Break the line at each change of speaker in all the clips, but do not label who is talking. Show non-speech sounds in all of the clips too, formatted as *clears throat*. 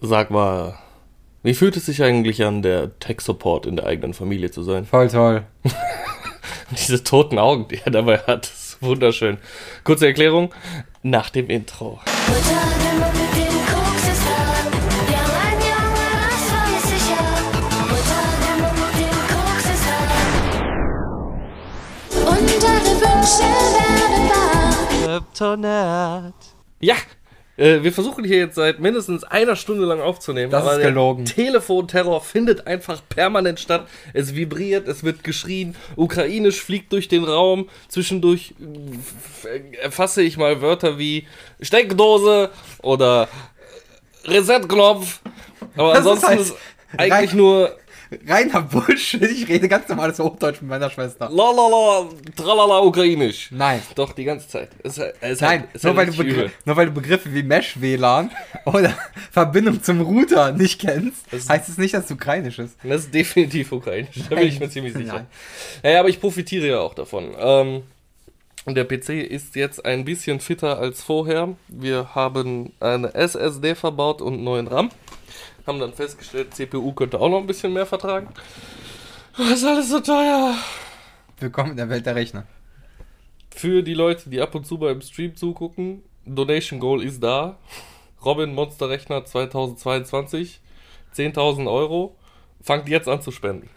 Sag mal, wie fühlt es sich eigentlich an, der Tech-Support in der eigenen Familie zu sein?
Voll toll.
*laughs* Diese toten Augen, die er dabei hat, ist wunderschön. Kurze Erklärung nach dem Intro. Ja, äh, wir versuchen hier jetzt seit mindestens einer Stunde lang aufzunehmen.
Das ist gelogen.
Der Telefonterror findet einfach permanent statt. Es vibriert, es wird geschrien. Ukrainisch fliegt durch den Raum. Zwischendurch äh, erfasse ich mal Wörter wie Steckdose oder Reset-Knopf. Aber
Das ist
ansonsten
halt
ist eigentlich
rein-
nur
Reiner Bullshit, ich rede ganz normales Hochdeutsch mit meiner Schwester.
lalala, tralala ukrainisch.
Nein.
Doch, die ganze Zeit. Es, ist- es ist
Nein,
halt- es ist
nur,
halt
weil du
richtig übel.
Begr- nur weil du Begriffe wie Mesh-WLAN oder *laughs* Verbindung zum Router nicht kennst,
Das-
heißt es nicht, dass es ukrainisch ist.
Das ist definitiv ukrainisch, da bin ich mir
Nein.
ziemlich sicher.
Nein.
Naja, aber ich profitiere ja auch davon. Ähm, und der PC ist jetzt ein bisschen fitter als vorher. Wir haben eine SSD verbaut und einen neuen RAM. Haben dann festgestellt, CPU könnte auch noch ein bisschen mehr vertragen. Was ist alles so teuer?
Willkommen in der Welt der Rechner.
Für die Leute, die ab und zu beim Stream zugucken, Donation Goal ist da. Robin Monsterrechner 2022, 10.000 Euro. Fangt jetzt an zu spenden.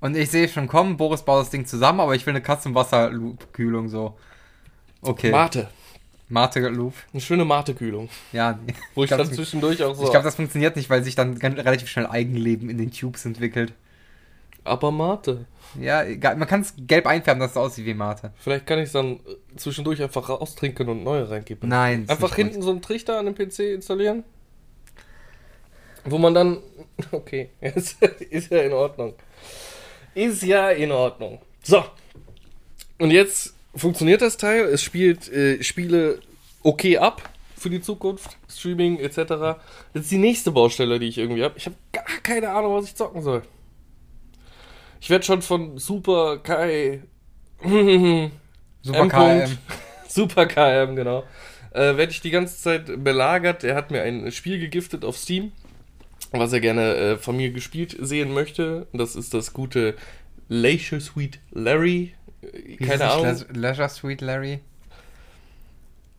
Und ich sehe schon kommen, Boris baut das Ding zusammen, aber ich will eine Katzenwasserkühlung so. Okay.
Mate.
Mate Loop.
Eine schöne Mate-Kühlung.
Ja, nee.
Wo ich,
glaub,
dann
das-
zwischendurch auch so.
Ich glaube, das funktioniert nicht, weil sich dann ganz, relativ schnell Eigenleben in den Tubes entwickelt.
aber Mate.
Ja, egal. man kann es gelb einfärben, dass es aussieht wie Mate.
Vielleicht kann ich es dann äh, zwischendurch einfach raustrinken und neue reingeben.
Nein. ist
einfach
nicht
hinten so einen Trichter an dem PC installieren. Wo man dann. *laughs* Okay, ist, ist ja in Ordnung. Ist ja in Ordnung. So. Und jetzt funktioniert das Teil. Es spielt äh, Spiele okay ab für die Zukunft. Streaming etc. Das ist die nächste Baustelle, die ich irgendwie habe. Ich habe gar keine Ahnung, was ich zocken soll. Ich werde schon von Super
*laughs*
Kai *laughs*
gut. Super
M.
KM.
*laughs* Super KM, genau. Äh, Werde ich die ganze Zeit belagert. Er hat mir ein Spiel gegiftet auf Steam, was er gerne äh, von mir gespielt sehen möchte. Das ist das gute Leisure Sweet Larry. Äh,
Hieß
Keine
es
Ahnung.
nicht Le Leisure Suite Larry.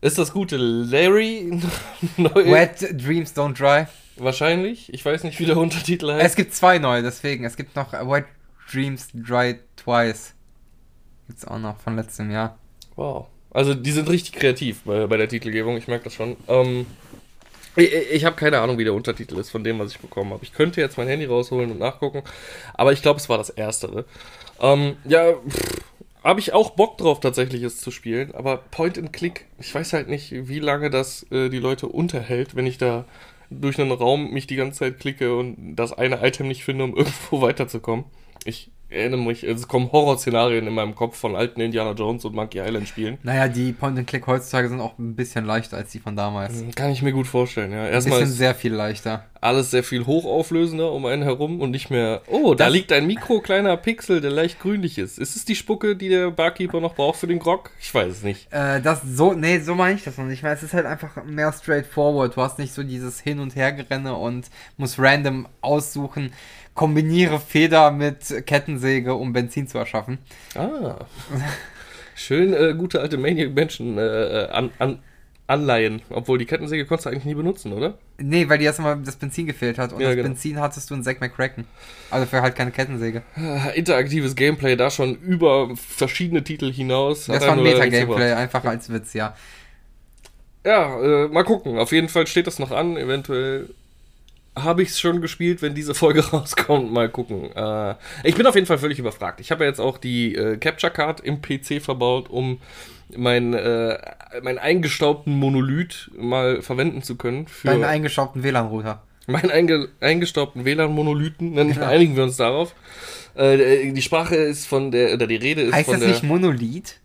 Ist das gute Larry? *laughs* Neu?
Wet Dreams Don't Dry.
Wahrscheinlich. Ich weiß nicht, wie der Untertitel heißt.
Es gibt zwei neue, deswegen. Es gibt noch Wet Dreams Dry Twice. Gibt's auch noch von letztem Jahr.
Wow. Also die sind richtig kreativ bei, bei der Titelgebung, ich merke das schon. Ähm, ich ich habe keine Ahnung, wie der Untertitel ist von dem, was ich bekommen habe. Ich könnte jetzt mein Handy rausholen und nachgucken, aber ich glaube, es war das Erstere. Ähm, ja, habe ich auch Bock drauf, tatsächlich es zu spielen, aber Point and Click, ich weiß halt nicht, wie lange das äh, die Leute unterhält, wenn ich da durch einen Raum mich die ganze Zeit klicke und das eine Item nicht finde, um *laughs* irgendwo weiterzukommen. Ich erinnere mich, es kommen Horrorszenarien in meinem Kopf von alten Indiana Jones und Monkey Island Spielen.
Naja, die Point-and-Click heutzutage sind auch ein bisschen leichter als die von damals.
Kann ich mir gut vorstellen, ja.
Ein
Erstmal
bisschen
ist
sehr viel leichter.
alles sehr viel hochauflösender um einen herum und nicht mehr, oh, da
Das-
liegt ein mikro kleiner Pixel, der leicht grünlich ist. Ist es die Spucke, die der Barkeeper noch braucht für den Grog? Ich weiß es nicht.
Äh, das so, nee, so meine ich das noch nicht mehr. Es ist halt einfach mehr straightforward. Du hast nicht so dieses Hin- und Hergerenne und musst random aussuchen, kombiniere Feder mit Kettensäge, um Benzin zu erschaffen. *laughs*
Ah. Schön äh, gute alte Maniac Menschen äh, an, an, anleihen, obwohl die Kettensäge konntest du eigentlich nie benutzen, oder?
Nee, weil dir erstmal das Benzin gefehlt hat. Und
Ja,
das
genau.
Benzin hattest du in Zack McCracken. Also dafür halt keine Kettensäge.
Äh, Interaktives Gameplay da schon über verschiedene Titel hinaus.
Das
Hat
war
einen
ein
oder nichts gebracht.
Meta-Gameplay, einfach als Witz, ja.
Ja, äh, mal gucken. Auf jeden Fall steht das noch an. Eventuell habe ich es schon gespielt, wenn diese Folge *laughs* rauskommt. Mal gucken. Äh, ich bin auf jeden Fall völlig überfragt. Ich habe ja jetzt auch die äh, Capture Card im PC verbaut, um meinen äh, meinen eingestaubten Monolith mal verwenden zu können. Für
Deinen eingeschaubten WLAN-Router.
meinen einge eingestaubten WLAN-Monolithen. Dann
Genau.
einigen wir uns darauf. Äh, die Sprache ist von der, oder die Rede ist
Heißt
von
das
der.
nicht Monolith?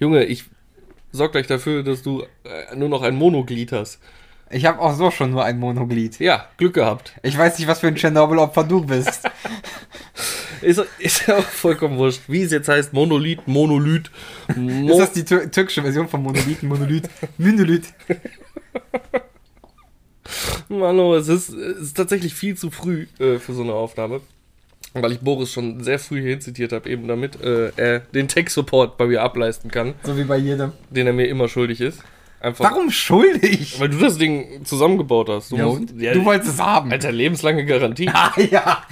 Junge, ich sorg gleich dafür, dass du äh, nur noch ein Monoglied hast.
Ich habe auch so schon nur ein Monoglied.
Ja, Glück gehabt.
Ich weiß nicht, was für ein Tschernobyl-Opfer du
*laughs*
bist.
Ist, ist ja auch vollkommen wurscht, wie es jetzt heißt, Monolith, Monolith, Mo
Ist das die tür türkische Version von Monolithen? Monolith? Monolith.
Mano, es ist, es ist tatsächlich viel zu früh äh, für so eine Aufnahme. Weil ich Boris schon sehr früh hierhin zitiert habe, eben damit äh, er den Tech-Support bei mir ableisten kann,
So wie bei jedem.
den er mir immer schuldig ist. Einfach,
Warum schuldig?
Weil du das Ding zusammengebaut hast. Du,
Ja,
musst,
und?
ja,
du wolltest es haben.
Alter, lebenslange Garantie.
Ah, ja.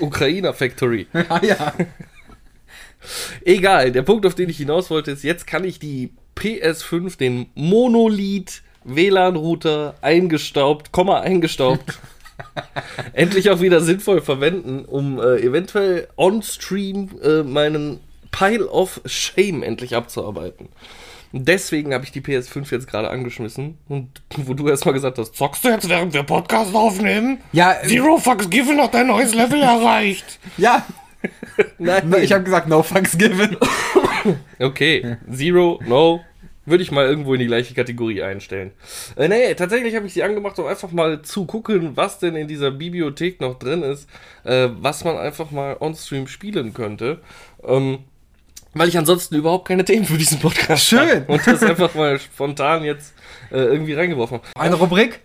Ukrainer Factory.
Ah, ja.
Egal, der Punkt, auf den ich hinaus wollte, ist, jetzt kann ich die PS5, den Monolith WLAN-Router eingestaubt, Komma eingestaubt, endlich auch wieder sinnvoll verwenden, um äh, eventuell on-stream äh, meinen Pile of Shame endlich abzuarbeiten. Und Deswegen habe ich die PS5 jetzt gerade angeschmissen und *laughs* wo du erstmal gesagt hast, zockst du jetzt, während wir Podcast aufnehmen?
Ja, äh,
Zero Fucks Given hat ein neues Level erreicht.
ja.
Nein,
Ich habe gesagt, no
*laughs*
fucks given.
Okay, Zero, No, würde ich mal irgendwo in die gleiche Kategorie einstellen. Äh, nee, tatsächlich habe ich sie angemacht, um einfach mal zu gucken, was denn in dieser Bibliothek noch drin ist, äh, was man einfach mal on-stream spielen könnte. Ähm, weil ich ansonsten überhaupt keine Themen für diesen Podcast
Schön.
habe. *laughs* Und das einfach mal spontan jetzt äh, irgendwie reingeworfen habe.
Eine Rubrik.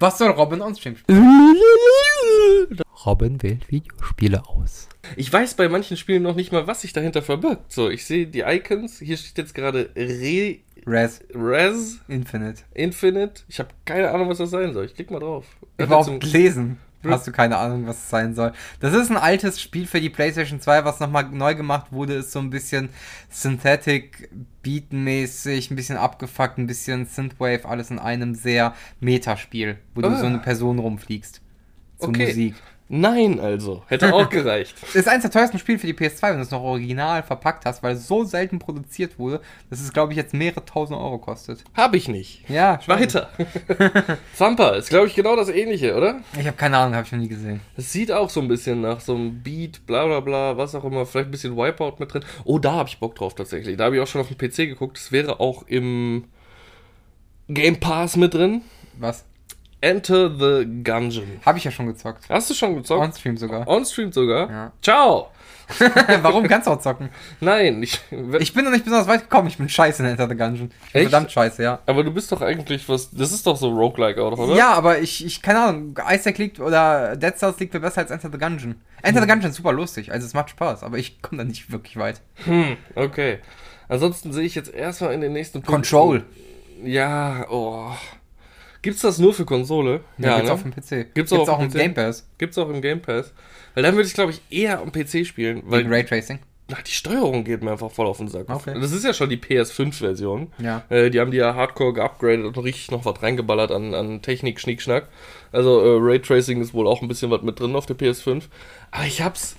Was soll Robin on Stream spielen? Robin wählt Videospiele aus.
Ich weiß bei manchen Spielen noch nicht mal, was sich dahinter verbirgt. So, ich sehe die Icons. Hier steht jetzt gerade Re
Res
Res
Infinite.
Infinite. Ich habe keine Ahnung, was das sein soll. Ich klick mal drauf. halt
Überhaupt lesen. Hast du keine Ahnung, was es sein soll. Das ist ein altes Spiel für die PlayStation 2, was nochmal neu gemacht wurde, ist so ein bisschen Synthetic, Beat-mäßig, ein bisschen abgefuckt, ein bisschen Synthwave, alles in einem sehr Metaspiel, wo du
Ah.
so eine Person rumfliegst. Zur
Okay.
Musik.
Nein, also. Hätte auch
*laughs*
gereicht.
Ist eins der teuersten Spiele für die PS2, wenn du es noch original verpackt hast, weil es so selten produziert wurde, dass es, glaube ich, jetzt mehrere tausend Euro kostet.
Habe ich nicht.
Ja, schade. *laughs*
Weiter. Thumper ist, glaube ich, genau das ähnliche, oder?
Ich habe keine Ahnung, habe ich noch nie gesehen.
Es sieht auch so ein bisschen nach so einem Beat, bla bla bla, was auch immer. Vielleicht ein bisschen Wipeout mit drin. Oh, da habe ich Bock drauf tatsächlich. Da habe ich auch schon auf dem PC geguckt. Das wäre auch im Game Pass mit drin.
Was?
Enter the Gungeon.
Habe ich ja schon gezockt.
Hast du schon gezockt?
On-Stream sogar.
On-Stream sogar?
Ja.
Ciao!
Warum kannst du auch zocken?
Nein, ich,
Ich bin noch nicht besonders weit gekommen. Ich bin scheiße in Enter the Gungeon. Ich bin
Echt?
verdammt scheiße, ja.
Aber du bist doch eigentlich was. Das ist doch so Roguelike auch, oder?
Ja, aber ich, ich, keine Ahnung, Isaac liegt oder Dead Cells liegt mir besser als Enter the Gungeon. Enter the Gungeon ist super lustig, also es macht Spaß, aber ich komme da nicht wirklich weit.
Okay. Ansonsten sehe ich jetzt erstmal in den nächsten Punkt.
Control.
Ja, oh. Gibt's das nur für Konsole?
Ja, gibt's
ne?
auf dem PC.
Gibt's auch auf
auch
dem
im
PC?
Game Pass.
Gibt's auch im Game Pass. Weil dann würde ich, glaube ich, eher am PC spielen,
Wegen
weil
Raytracing.
ach, die Steuerung geht mir einfach voll auf den Sack.
Okay.
Das ist ja schon die PS5-Version.
Ja.
Äh, die haben die ja hardcore geupgradet und richtig noch was reingeballert an, an Technik, Schnickschnack. Also äh, Raytracing ist wohl auch ein bisschen was mit drin auf der PS5. Aber ich hab's.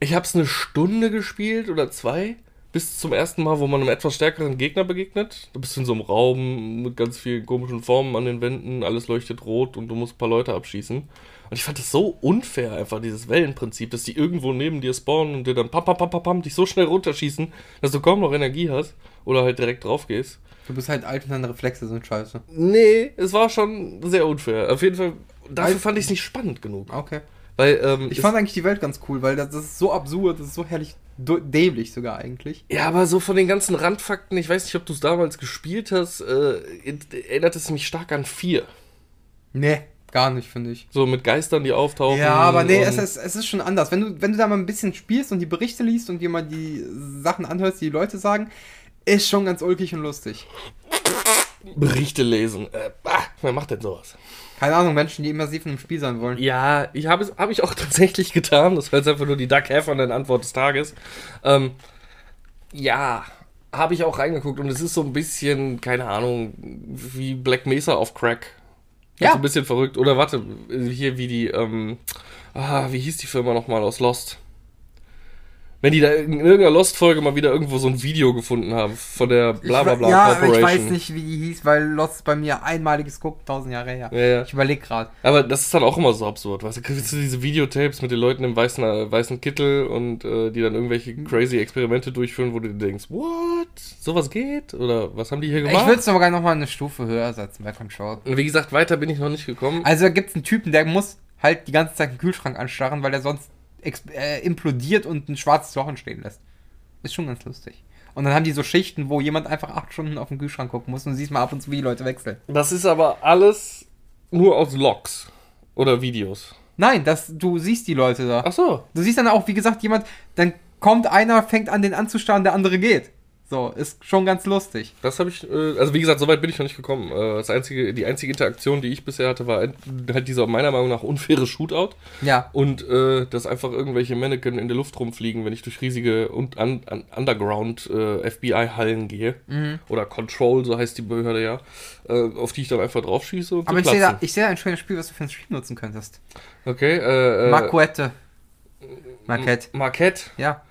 Ich hab's eine Stunde gespielt oder zwei. Bis zum ersten Mal, wo man einem etwas stärkeren Gegner begegnet. Du bist in so einem Raum mit ganz vielen komischen Formen an den Wänden, alles leuchtet rot und du musst ein paar Leute abschießen. Und ich fand das so unfair, einfach dieses Wellenprinzip, dass die irgendwo neben dir spawnen und dir dann pam, pam, pam, pam, pam, dich so schnell runterschießen, dass du kaum noch Energie hast oder halt direkt drauf gehst.
Du bist halt alt und deine Reflexe sind scheiße.
Nee, es war schon sehr unfair. Auf jeden Fall, dafür fand ich es nicht spannend genug.
Okay.
Weil, ähm,
Ich
es-
fand eigentlich die Welt ganz cool, weil das, das ist so absurd, das ist so herrlich du- dämlich sogar eigentlich.
ja, aber so von den ganzen Randfakten, ich weiß nicht, ob du es damals gespielt hast, äh, it- erinnert es mich stark an 4.
Nee, gar nicht, finde ich.
So mit Geistern, die auftauchen.
Ja, aber nee,
und-
es ist, es ist schon anders. Wenn du, wenn du da mal ein bisschen spielst und die Berichte liest und dir mal die Sachen anhörst, die die Leute sagen, ist schon ganz ulkig und lustig.
Berichte lesen. Äh, ah, wer macht denn sowas?
Keine Ahnung, Menschen, die immersiv in einem Spiel sein wollen.
Ja, ich habe es habe ich auch *laughs* tatsächlich getan. Das war jetzt einfach nur die Duck Heffernan Antwort des Tages. Ähm, ja, habe ich auch reingeguckt und es ist so ein bisschen, keine Ahnung, wie Black Mesa auf Crack. Ja.
Ja.
Also ein bisschen verrückt. Oder warte, hier wie die, ähm, ah, wie hieß die Firma nochmal aus Lost? Wenn die da in irgendeiner Lost-Folge mal wieder irgendwo so ein Video gefunden haben von der Blablabla
ja, aber
Corporation.
ich weiß nicht, wie die hieß, weil Lost bei mir einmaliges Gucken, tausend Jahre her.
Ja, ja.
Ich überlege gerade.
Aber das ist dann auch immer so absurd, weißt du? Kriegst du diese Videotapes mit den Leuten im weißen, äh, weißen Kittel und äh, die dann irgendwelche crazy Experimente durchführen, wo du dir denkst, what? Sowas geht? Oder was haben die hier
Ich würde
gemacht?
es sogar nochmal eine Stufe höher setzen bei Control.
Und wie gesagt, weiter bin ich noch nicht gekommen.
Also da gibt's einen Typen, der muss halt die ganze Zeit einen Kühlschrank anstarren, weil er sonst ex- äh, implodiert und ein schwarzes Loch entstehen lässt. Ist schon ganz lustig. Und dann haben die so Schichten, wo jemand einfach acht Stunden auf den Kühlschrank gucken muss und du siehst mal ab und zu, wie die Leute wechseln.
Das ist aber alles nur aus Logs oder Videos.
Nein, das, du siehst die Leute da.
Ach so.
Du siehst dann auch, wie gesagt, jemand, dann kommt einer, fängt an, den anzustarren, der andere geht. So, ist schon ganz lustig.
Das habe ich, äh, also wie gesagt, so weit bin ich noch nicht gekommen. Äh, das einzige, die einzige Interaktion, die ich bisher hatte, war ein, halt dieser meiner Meinung nach unfaire Shootout
Ja.
und äh, dass einfach irgendwelche Mannequin in der Luft rumfliegen, wenn ich durch riesige und un, un, Underground äh, FBI-Hallen gehe
Mhm.
oder Control, so heißt die Behörde ja, äh, auf die ich dann einfach drauf schieße und
Aber
die
ich sehe da,
platzen.
ich sehe da ein schönes Spiel, was du für einen Stream nutzen könntest.
Okay, äh, äh,
Marquette. Marquette.
Marquette.
Ja.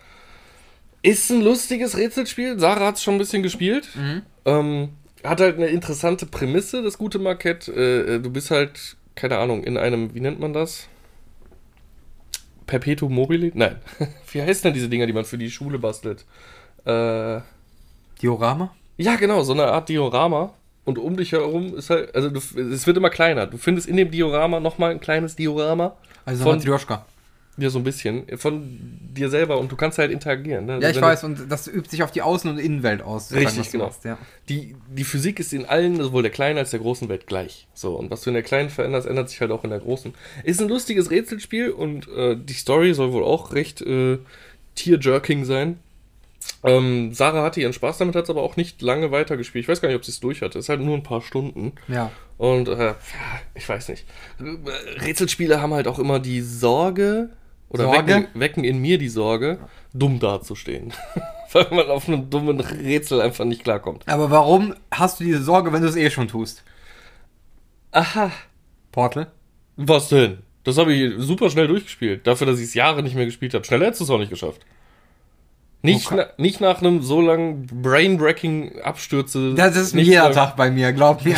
Ist ein lustiges Rätselspiel. Sarah hat es schon ein bisschen gespielt.
Mhm.
Ähm, hat halt eine interessante Prämisse, das gute Markett. Äh, äh, du bist halt, keine Ahnung, in einem, wie nennt man das? Perpetuum mobile? Nein. *laughs* wie heißen denn diese Dinger, die man für die Schule bastelt? Äh,
Diorama?
ja, genau, so eine Art Diorama. Und um dich herum ist halt, also du, es wird immer kleiner. Du findest in dem Diorama nochmal ein kleines Diorama.
Also
Von-
von Drioschka.
Ja, so ein bisschen. Von dir selber und du kannst halt interagieren. Ne? Also
Ja, ich
wenn du-
weiß, und das übt sich auf die Außen- und Innenwelt aus. sozusagen,
Richtig,
was du
genau.
machst, ja.
die, die Physik ist in allen, sowohl der kleinen als der großen Welt gleich. So, und was du in der kleinen veränderst, ändert sich halt auch in der großen. Ist ein lustiges Rätselspiel und äh, die Story soll wohl auch recht äh, tear-jerking sein. Ähm, Sarah hatte ihren Spaß damit, hat es aber auch nicht lange weitergespielt. Ich weiß gar nicht, ob sie es durch hatte. Ist halt nur ein paar Stunden.
ja.
Und äh, ja, ich weiß nicht. Rätselspiele haben halt auch immer die Sorge oder
Sorge?
Wecken, wecken in mir die Sorge, dumm dazustehen. *laughs* Weil man auf einem dummen Rätsel einfach nicht klarkommt.
Aber warum hast du diese Sorge, wenn du es eh schon tust?
Aha.
Portal?
Was denn? Das habe ich super schnell durchgespielt. Dafür, dass ich es Jahre nicht mehr gespielt habe. Schneller hättest du es auch nicht geschafft. Nicht,
Okay.
na, nicht nach einem so langen Brainwrecking Abstürze.
Das ist
nicht
jeder
nach,
Tag bei mir, glaub mir.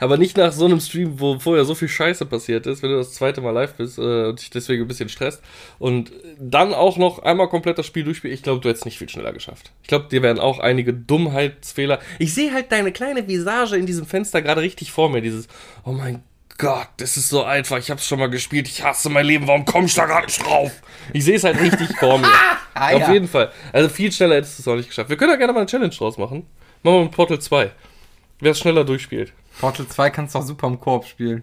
Aber nicht nach so einem Stream, wo vorher so viel Scheiße passiert ist, wenn du das zweite Mal live bist äh, und dich deswegen ein bisschen stresst. Und dann auch noch einmal komplett das Spiel durchspielen. Ich glaube, du hättest nicht viel schneller geschafft. Ich glaube, dir wären auch einige Dummheitsfehler. Ich sehe halt deine kleine Visage in diesem Fenster gerade richtig vor mir. Dieses, oh mein Gott, das ist so einfach. Ich habe es schon mal gespielt. Ich hasse mein Leben. Warum komme ich da gerade nicht drauf? Ich sehe es halt richtig vor mir.
*laughs* Ah,
Auf
ja.
jeden Fall. Also viel schneller hättest du es auch nicht geschafft. Wir können ja gerne mal eine Challenge draus machen. Machen wir mit Portal 2. Wer es schneller durchspielt.
Portal 2 kannst du auch super im Koop spielen.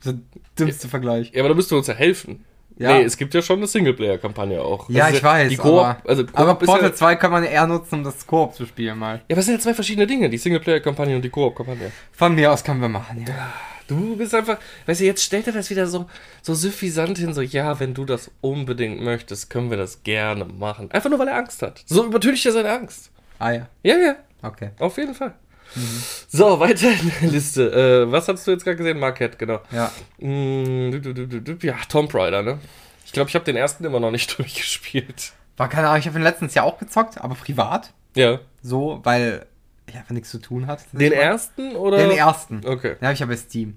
So dümmste Vergleich.
Ja, aber da müsst ihr uns ja helfen.
Ja.
Nee, es gibt ja schon eine Singleplayer-Kampagne auch.
Ja,
Also
ich weiß.
Die Koop,
aber,
also Koop
aber
ist
Portal
ja,
2 kann man eher nutzen, um das Koop zu spielen mal.
ja, aber es sind ja zwei verschiedene Dinge, die Singleplayer-Kampagne und die Koop-Kampagne.
Von mir aus können wir machen, ja.
Du bist einfach, weißt du, jetzt stellt er das wieder so, so suffisant hin, so, ja, wenn du das unbedingt möchtest, können wir das gerne machen. Einfach nur, weil er Angst hat. So übertüncht er seine Angst.
Ah ja,
Ja, ja,
okay.
auf jeden Fall.
Mhm.
So, weiter in der Liste. Äh, was hast du jetzt gerade gesehen? Marquette, genau.
Ja.
Mm, du- du- du- du- du- Ja, Tomb Raider, ne? Ich glaube, ich habe den ersten immer noch nicht *laughs* durchgespielt.
War keine Ahnung, ich habe ihn letztens ja auch gezockt, aber privat.
Ja.
So, weil ich einfach nichts zu tun hatte.
Den ersten oder?
Den ersten.
Okay.
Den habe ich ja bei Steam.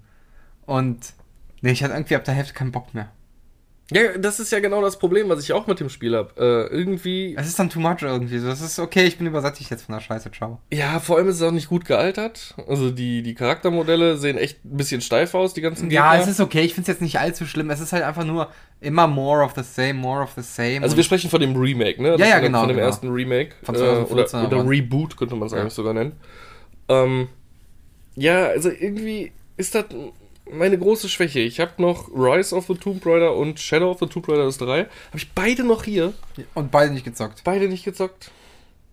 Und nee, ich hatte irgendwie ab der Hälfte keinen Bock mehr.
Ja, das ist ja genau das Problem, was ich auch mit dem Spiel habe. Äh, irgendwie.
Es ist dann too much irgendwie. So, es ist okay, ich bin übersättigt jetzt von der Scheiße, ciao.
Ja, vor allem ist es auch nicht gut gealtert. Also die, die Charaktermodelle sehen echt ein bisschen steif aus, die ganzen
Ja, es ist okay, ich finde es jetzt nicht allzu schlimm. Es ist halt einfach nur immer more of the same, more of the same.
also
Und
wir sprechen von dem Remake, ne? Das
ja,
von dem-
genau,
Von dem
genau.
ersten Remake.
Von
äh,
2014
oder, oder
aber.
Reboot könnte man es
Ja.
eigentlich sogar nennen. Ähm, ja, also irgendwie ist das meine große Schwäche. Ich habe noch Rise of the Tomb Raider und Shadow of the Tomb Raider 3. Habe ich beide noch hier.
Und beide nicht gezockt.
beide nicht gezockt.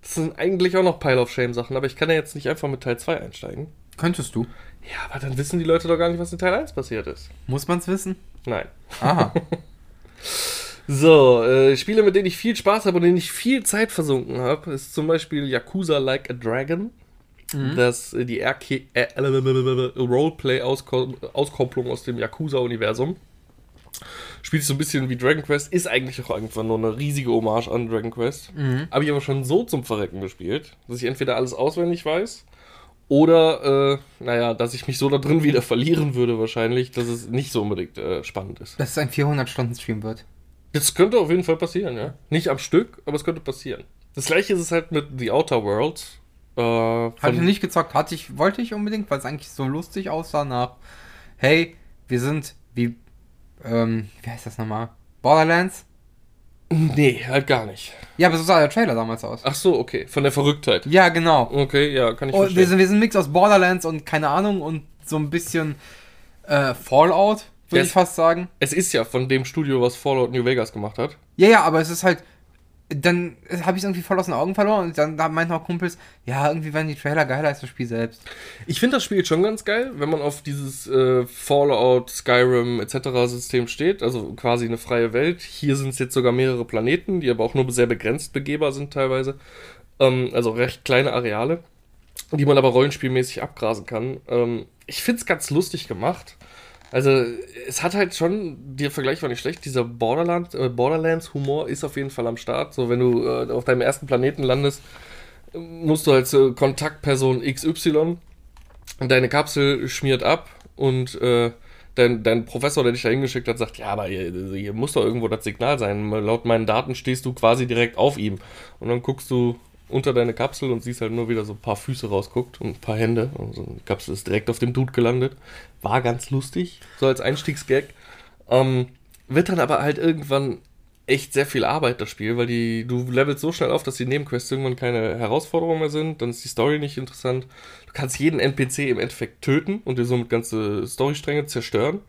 Das sind eigentlich auch noch Pile of Shame Sachen, aber ich kann ja jetzt nicht einfach mit Teil 2 einsteigen.
Könntest du.
Ja, aber dann wissen die Leute doch gar nicht, was in Teil 1 passiert ist.
Muss man's wissen?
Nein. *laughs*
Aha.
So, äh, Spiele, mit denen ich viel Spaß habe und denen ich viel Zeit versunken habe, ist zum Beispiel Yakuza Like a Dragon. Das äh, die RK äh, Roleplay-Auskopplung aus dem Yakuza-Universum. Spielt sich so ein bisschen wie Dragon Quest, ist eigentlich auch einfach nur eine riesige Hommage an Dragon Quest. Habe ich aber schon so zum Verrecken gespielt, dass ich entweder alles auswendig weiß oder, äh, naja, dass ich mich so da drin wieder *laughs* verlieren würde, wahrscheinlich, dass es nicht so unbedingt äh, spannend ist.
Dass es ein 400-Stunden-Stream wird.
Das könnte auf jeden Fall passieren, ja. Nicht am Stück, aber es könnte passieren. Das gleiche ist es halt mit The Outer Worlds. Äh, von,
Hatte ich nicht gezockt, hatte ich, wollte ich unbedingt, weil es eigentlich so lustig aussah nach, hey, wir sind wie, ähm, wie heißt das nochmal? Borderlands?
Nee, halt gar nicht.
Ja, aber so sah der Trailer damals aus.
Ach so, okay. Von der Verrücktheit.
Ja, genau.
Okay, ja, kann ich
Und Oh, wir
verstehen.
sind, wir sind ein Mix aus Borderlands und keine Ahnung und so ein bisschen äh, Fallout, würde
Das-
ich fast sagen.
Es ist ja von dem Studio, was Fallout New Vegas gemacht hat.
Ja, ja, aber es ist halt. Dann habe ich es irgendwie voll aus den Augen verloren und dann da meinten auch Kumpels, ja, irgendwie werden die Trailer geiler als das Spiel selbst.
Ich finde das Spiel schon ganz geil, wenn man auf dieses äh, Fallout, Skyrim etc. System steht, also quasi eine freie Welt. Hier sind es jetzt sogar mehrere Planeten, die aber auch nur sehr begrenzt begehbar sind teilweise. Ähm, also recht kleine Areale, die man aber rollenspielmäßig abgrasen kann. Ähm, ich finde es ganz lustig gemacht. Also es hat halt schon, der Vergleich war nicht schlecht, dieser Borderland, äh, Borderlands-Humor ist auf jeden Fall am Start. So, wenn du äh, auf deinem ersten Planeten landest, musst du als äh, Kontaktperson XY deine Kapsel schmiert ab und äh, dein, dein Professor, der dich da hingeschickt hat, sagt, ja, aber hier, hier muss doch irgendwo das Signal sein. Laut meinen Daten stehst du quasi direkt auf ihm. Und dann guckst du unter deine Kapsel und siehst halt nur wieder so ein paar Füße rausguckt und ein paar Hände. Und so eine Kapsel ist direkt auf dem Dude gelandet. War ganz lustig, so als Einstiegsgag. Ähm, wird dann aber halt irgendwann echt sehr viel Arbeit, das Spiel, weil die, du levelst so schnell auf, dass die Nebenquests irgendwann keine Herausforderung mehr sind, dann ist die Story nicht interessant. Du kannst jeden NPC im Endeffekt töten und dir somit ganze Storystränge zerstören.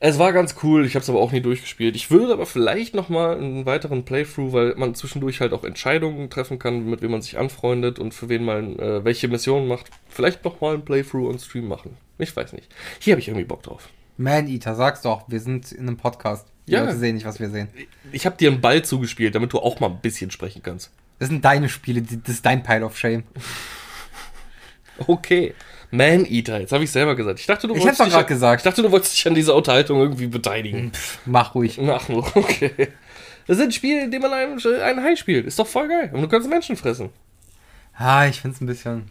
Es war ganz cool, ich habe es aber auch nie durchgespielt. Ich würde aber vielleicht nochmal einen weiteren Playthrough, weil man zwischendurch halt auch Entscheidungen treffen kann, mit wem man sich anfreundet und für wen man äh, welche Missionen macht. Vielleicht nochmal einen Playthrough und Stream machen. Ich weiß nicht. Hier habe ich irgendwie Bock drauf.
Man Eater, sag's doch, wir sind in einem Podcast. Die
Ja.
Leute sehen nicht, was wir sehen.
Ich habe dir einen Ball zugespielt, damit du auch mal ein bisschen sprechen kannst.
Das sind deine Spiele, die- das ist dein Pile of Shame.
Okay. Man-Eater, jetzt habe ich selber gesagt. Ich dachte, du
Ich
wolltest
hab's doch
dich
grad
an-
gesagt.
Ich dachte, du wolltest dich an dieser Unterhaltung irgendwie beteiligen.
Mach ruhig.
*laughs* Ach, okay. Das ist ein Spiel, in dem man einen, einen Hai spielt. Ist doch voll geil. Und du kannst Menschen fressen.
Ah, ich find's ein bisschen.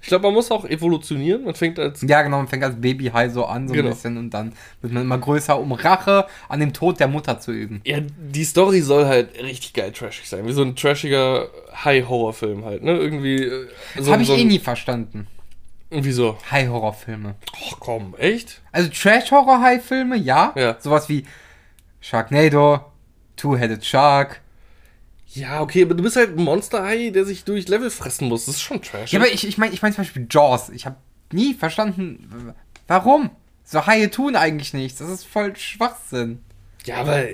Ich glaube, man muss auch evolutionieren. Man fängt als.
Ja, genau, man fängt als Baby high so an, so
Genau.
ein bisschen, und dann wird man immer größer, um Rache an dem Tod der Mutter zu üben.
Ja, die Story soll halt richtig geil trashig sein. Wie so ein trashiger High-Horror-Film halt, ne? Irgendwie. äh, So,
Das habe ich
so
eh nie verstanden.
Irgendwie so.
High-Horror-Filme.
Ach komm, echt?
Also Trash-Horror-High-Filme, ja.
Ja.
Sowas wie Sharknado, Two-Headed Shark.
Ja, okay, aber du bist halt ein Monster-Hai, der sich durch Level fressen muss. Das ist schon trash.
Ja, aber ich, ich meine ich mein zum Beispiel Jaws. Ich habe nie verstanden, w- warum. So Haie tun eigentlich nichts. Das ist voll Schwachsinn.
Ja, aber.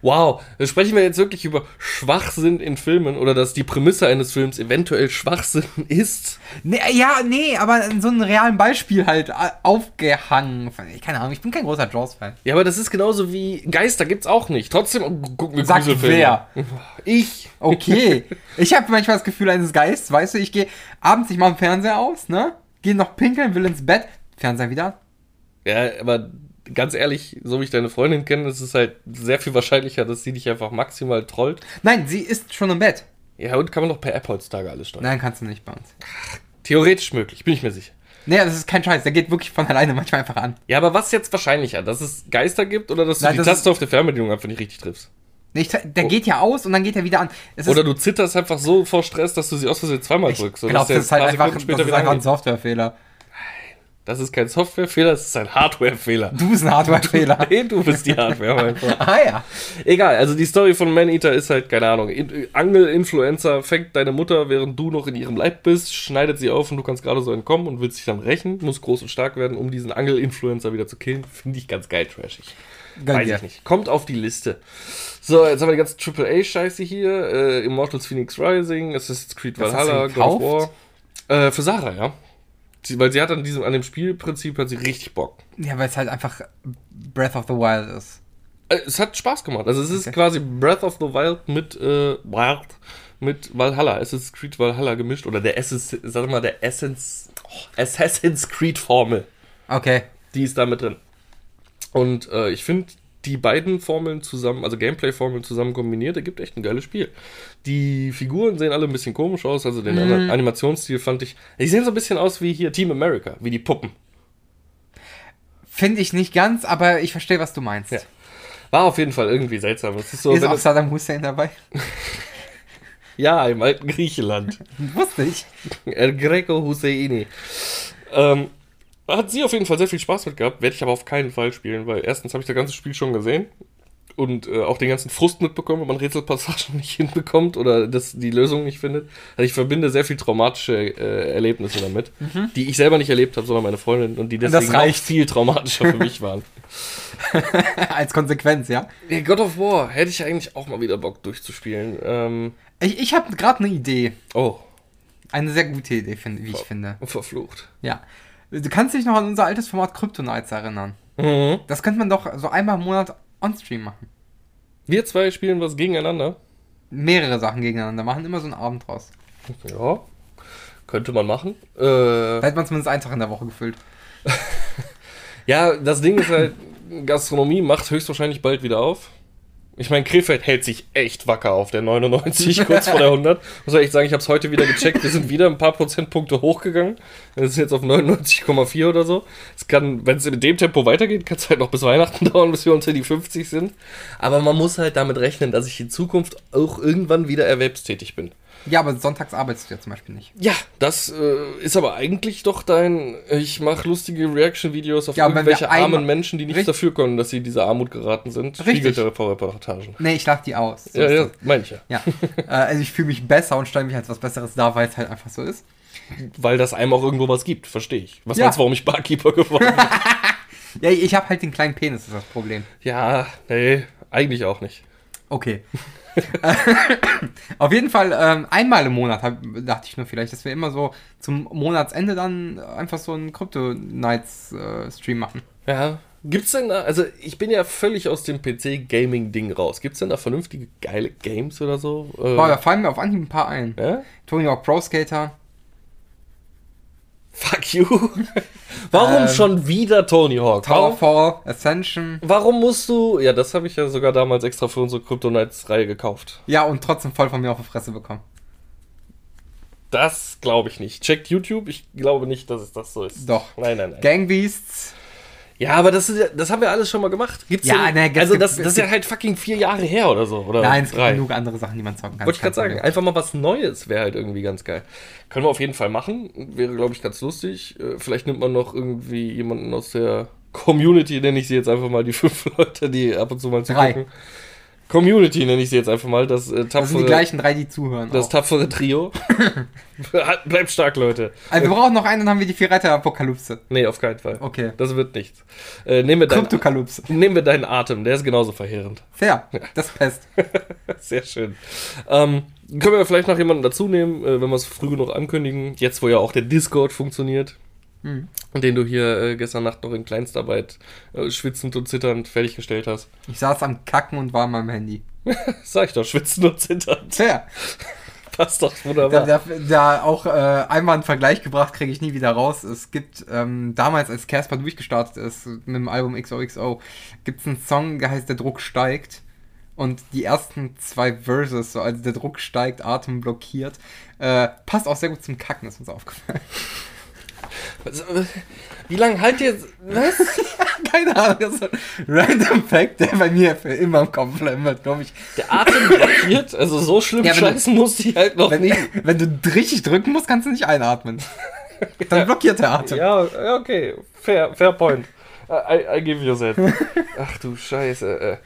Wow, da sprechen wir jetzt wirklich über Schwachsinn in Filmen oder dass die Prämisse eines Films eventuell Schwachsinn *laughs* ist.
Nee, Ne, ja, nee, aber in so einem realen Beispiel halt a- aufgehangen. Ich- Keine Ahnung, ich bin kein großer Jaws-Fan.
Ja, aber das ist genauso wie Geister gibt's auch nicht. Trotzdem oh, gucken wir
Sagt wer?
*laughs* Ich.
Okay. ich habe manchmal das Gefühl eines Geists, weißt du, ich gehe abends, ich mache den Fernseher aus, ne? Gehe noch pinkeln, will ins Bett, Fernseher wieder an.
*laughs* Ja, aber ganz ehrlich, so wie ich deine Freundin kenne, ist es halt sehr viel wahrscheinlicher, dass sie dich einfach maximal trollt.
Nein, sie ist schon im Bett.
Ja, und kann man doch per App heutzutage alles steuern.
Nein, kannst du nicht bei uns.
Theoretisch möglich, bin ich mir sicher.
Nee, das ist kein Scheiß. Der geht wirklich von alleine manchmal einfach an.
Ja, aber was ist jetzt wahrscheinlicher? Dass es Geister gibt oder dass du
Nein,
die
das
Taste auf der Fernbedienung einfach nicht richtig triffst?
Nee, ich, der geht ja aus und dann geht er wieder an. Es ist,
Oh. Oder du zitterst einfach so vor Stress, dass du sie aus Versehen zweimal drückst.
ich glaube, das ist halt einfach, das
später
ist
wieder
einfach ein
angeht.
Softwarefehler.
das ist kein Softwarefehler, das ist ein Hardwarefehler.
*laughs* Du bist ein
*laughs*
Hardwarefehler.
Nee, du bist die Hardware, mein Freund.
ah ja.
Egal, also die Story von Maneater ist halt, keine Ahnung, In- Angel-Influencer fängt deine Mutter, während du noch in ihrem Leib bist, schneidet sie auf und du kannst gerade so entkommen und willst dich dann rächen, muss groß und stark werden, um diesen Angel-Influencer wieder zu killen. Finde ich ganz geil, trashig.
Gönn
Weiß
dir.
ich nicht. Kommt auf die Liste. So, jetzt haben wir die ganze AAA-Scheiße hier. Äh, Immortals Phoenix Rising, Assassin's Creed
Das hast
Valhalla,
du
God of War.
gekauft?
Äh, für Sarah, ja. Sie, weil sie hat an diesem, an dem Spielprinzip hat sie richtig Bock.
Ja, weil es halt einfach Breath of the Wild ist.
Äh, es hat Spaß gemacht. Also es ist
Okay.
quasi Breath of the Wild mit äh, Wild mit Valhalla, Assassin's Creed Valhalla gemischt oder der Assassin, sag mal der Essence oh, Assassin's Creed Formel,
Okay.
die ist da mit drin. Und äh, ich finde die beiden Formeln zusammen, also Gameplay-Formeln zusammen kombiniert, ergibt echt ein geiles Spiel. Die Figuren sehen alle ein bisschen komisch aus, also den Ana- Animationsstil fand ich. Die sehen so ein bisschen aus wie hier Team America, wie die Puppen.
Finde ich nicht ganz, aber ich verstehe, was du meinst.
Ja. War auf jeden Fall irgendwie seltsam. Es ist so,
ist
wenn
auch
es,
Saddam Hussein dabei? *laughs*
ja, im alten Griechenland.
Wusste ich. *laughs*
El Greco Husseini. Ähm, hat sie auf jeden Fall sehr viel Spaß mit gehabt, werde ich aber auf keinen Fall spielen, weil erstens habe ich das ganze Spiel schon gesehen und äh, auch den ganzen Frust mitbekommen, wenn man Rätselpassagen *laughs* nicht hinbekommt oder das, die Lösung nicht findet. Also ich verbinde sehr viel traumatische äh, Erlebnisse damit, die ich selber nicht erlebt habe, sondern meine Freundin und die
das
deswegen noch
reicht.
viel traumatischer für mich *laughs* waren.
Als Konsequenz, ja.
Nee, God of War hätte ich eigentlich auch mal wieder Bock durchzuspielen. Ähm,
Ich, ich habe gerade eine Idee.
oh,
Eine sehr gute Idee, find, wie ich finde.
verflucht.
Ja. Du kannst dich noch an unser altes Format Kryptonites erinnern.
Mhm.
Das könnte man doch so einmal im Monat on-stream machen.
Wir zwei spielen was gegeneinander.
Mehrere Sachen gegeneinander machen, immer so einen Abend draus.
Ja, könnte man machen. Äh,
Da hätte man zumindest einen Tag in der Woche gefüllt.
Ja, das Ding ist halt, Gastronomie macht höchstwahrscheinlich bald wieder auf. Ich meine, Krefeld hält sich echt wacker auf der 99, kurz vor der 100. Muss ich echt sagen, ich habe es heute wieder gecheckt. Wir sind wieder ein paar Prozentpunkte hochgegangen. Das ist jetzt auf 99,4 oder so. Es kann, wenn es mit dem Tempo weitergeht, kann es halt noch bis Weihnachten *laughs* dauern, bis wir unter die 50 sind. Aber man muss halt damit rechnen, dass ich in Zukunft auch irgendwann wieder erwerbstätig bin.
Ja, aber sonntags arbeitest du ja zum Beispiel nicht.
Ja, das äh, ist aber eigentlich doch dein. Ich mache lustige Reaction-Videos auf
Ja, aber wenn wir
irgendwelche armen
einmal-
Menschen, die nichts
Richtig.
dafür können, dass sie in diese Armut geraten sind.
Richtig.
Spiegelreportagen.
Nee, ich lach die aus. So
Ja,
ist
ja,
das.
meine ich ja.
ja. äh, also ich fühle mich besser und stelle mich als was Besseres dar, weil es halt einfach so ist.
Weil das einem auch irgendwo was gibt, verstehe ich. Was
Ja.
meinst du, warum ich Barkeeper geworden bin?
*laughs* Ja, ich habe halt den kleinen Penis, das ist das Problem.
ja, nee, eigentlich auch nicht.
Okay. *laughs* Auf jeden Fall, ähm, einmal im Monat hab, dachte ich nur vielleicht, dass wir immer so zum Monatsende dann einfach so einen Crypto-Nights-Stream machen.
Ja. Gibt's denn da, also ich bin ja völlig aus dem PC-Gaming-Ding raus. Gibt's denn da vernünftige, geile Games oder so? Äh,
Boah, da fallen mir auf Anhieb ein paar ein.
ja?
Tony Hawk Pro Skater.
Fuck you. *laughs* Warum
Ähm,
schon wieder Tony Hawk? Warum
Towerfall, Ascension.
Warum musst du. Ja, das habe ich ja sogar damals extra für unsere Kryptonites-Reihe gekauft.
Ja, und trotzdem voll von mir auf die Fresse bekommen.
Das glaube ich nicht. Checkt YouTube, ich glaube nicht, dass es das so ist.
Doch.
Nein, nein, nein.
Gangbeasts.
Ja, aber das, ist, ja- das haben wir alles schon mal gemacht. Gibt's
Ja,
denn,
ne, gibt's-
also das,
gibt's-
das ist ja halt fucking vier Jahre her oder so. Oder
Nein, es gibt
drei.
genug andere Sachen, die man zocken kann.
Wollte ich
Kein
gerade sagen,
Problem.
einfach mal was Neues wäre halt irgendwie ganz geil. Können wir auf jeden Fall machen. Wäre, glaube ich, ganz lustig. Äh, Vielleicht nimmt man noch irgendwie jemanden aus der Community, nenne ich sie jetzt einfach mal, die fünf *laughs* Leute, die ab und zu mal
Drei.
zugucken. Community nenne ich sie jetzt einfach mal, das äh,
Das sind die
tapfere
gleichen drei, die zuhören.
Das
auch.
tapfere
*laughs*
Trio. Bleibt stark, Leute.
also wir brauchen noch einen, dann haben wir die vier Reiter Apokalypse.
Nee, auf keinen Fall.
Okay.
Das wird nichts. Äh, nehmen, wir deinen,
Kryptokalypse.
nehmen wir deinen Atem, der ist genauso verheerend. *laughs*
Fair. Das ist Pest.
Sehr schön. Ähm, können wir vielleicht noch jemanden dazu nehmen, äh, wenn wir es früh genug ankündigen. Jetzt, wo ja auch der Discord funktioniert.
Hm.
und Den du hier äh, gestern Nacht noch in Kleinstarbeit äh, schwitzend und zitternd fertiggestellt hast.
Ich saß am Kacken und war an meinem Handy.
Sag ich doch, schwitzend und
*laughs*
zitternd. *laughs*
Fair.
Passt doch
Da,
wunderbar.
da, da auch äh, einmal einen Vergleich gebracht, kriege ich nie wieder raus. Es gibt ähm, damals, als Casper durchgestartet ist mit dem Album XOXO, gibt es einen Song, der heißt Der Druck steigt. Und die ersten zwei Verses, so also der Druck steigt, Atem blockiert, äh, passt auch sehr gut zum Kacken, ist uns aufgefallen. *laughs*
Also, äh, Wie lange halt ihr. Was?
Keine Ahnung, das ist ein random Fact, der bei mir für immer im Kopf bleiben wird, glaube ich.
Der Atem blockiert, also so schlimm
Ja, wenn du-
scheißen musste ich halt noch
Wenn,
nicht.
wenn du richtig drücken musst, kannst du nicht einatmen. Dann blockiert der Atem.
Ja, ja, okay, fair, fair
*laughs*
point. I, I- I give you that. Ach du Scheiße. Äh.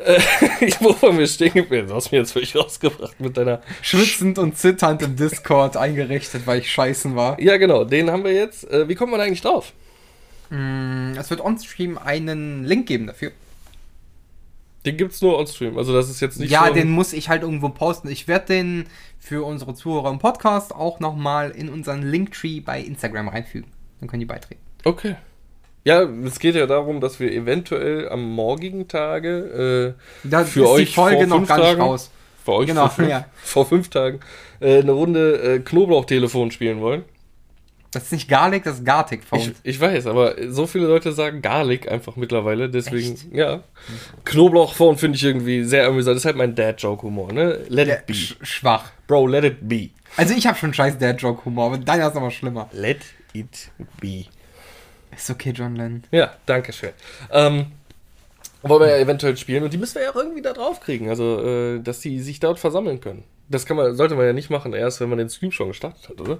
Äh, *laughs* Wo waren wir stehen geblieben? Du hast mir jetzt völlig rausgebracht mit deiner.
schwitzend und zitternd im Discord eingerichtet, weil ich scheißen war.
Ja, genau, den haben wir jetzt. Äh, Wie kommt man da eigentlich drauf?
Mm, Es wird on-stream einen Link geben dafür.
Den gibt's nur on Stream. Also, das ist jetzt nicht
ja,
so ein-
den muss ich halt irgendwo posten. Ich werde den für unsere Zuhörer im Podcast auch nochmal in unseren Linktree bei Instagram reinfügen. Dann können die beitreten.
Okay. Ja, es geht ja darum, dass wir eventuell am morgigen Tage äh,
Da
für
ist die
euch
Folge
vor
noch
fünf
gar nicht
Tagen,
raus.
Für euch
Genau,
vor, fünf,
ja.
vor fünf Tagen äh, eine Runde äh, Knoblauchtelefon spielen wollen.
Das ist nicht Garlic, das ist Gartic
Ich,
Phone.
ich weiß, aber so viele Leute sagen Garlic einfach mittlerweile, deswegen, ja. Knoblauchphone finde ich irgendwie sehr amüsant. Das ist halt mein Dad-Joke-Humor, ne? Let
Der
it be.
sch schwach.
Bro, let it be.
Also ich habe schon scheiß Dad-Joke-Humor, aber deiner ist nochmal schlimmer.
Let it be.
Ist okay, John Lennon.
Ja, danke schön. Ähm, wollen wir ja eventuell spielen und die müssen wir ja auch irgendwie da drauf kriegen, also, äh, dass die sich dort versammeln können. Das kann man, sollte man ja nicht machen, erst wenn man den Stream schon gestartet hat, oder?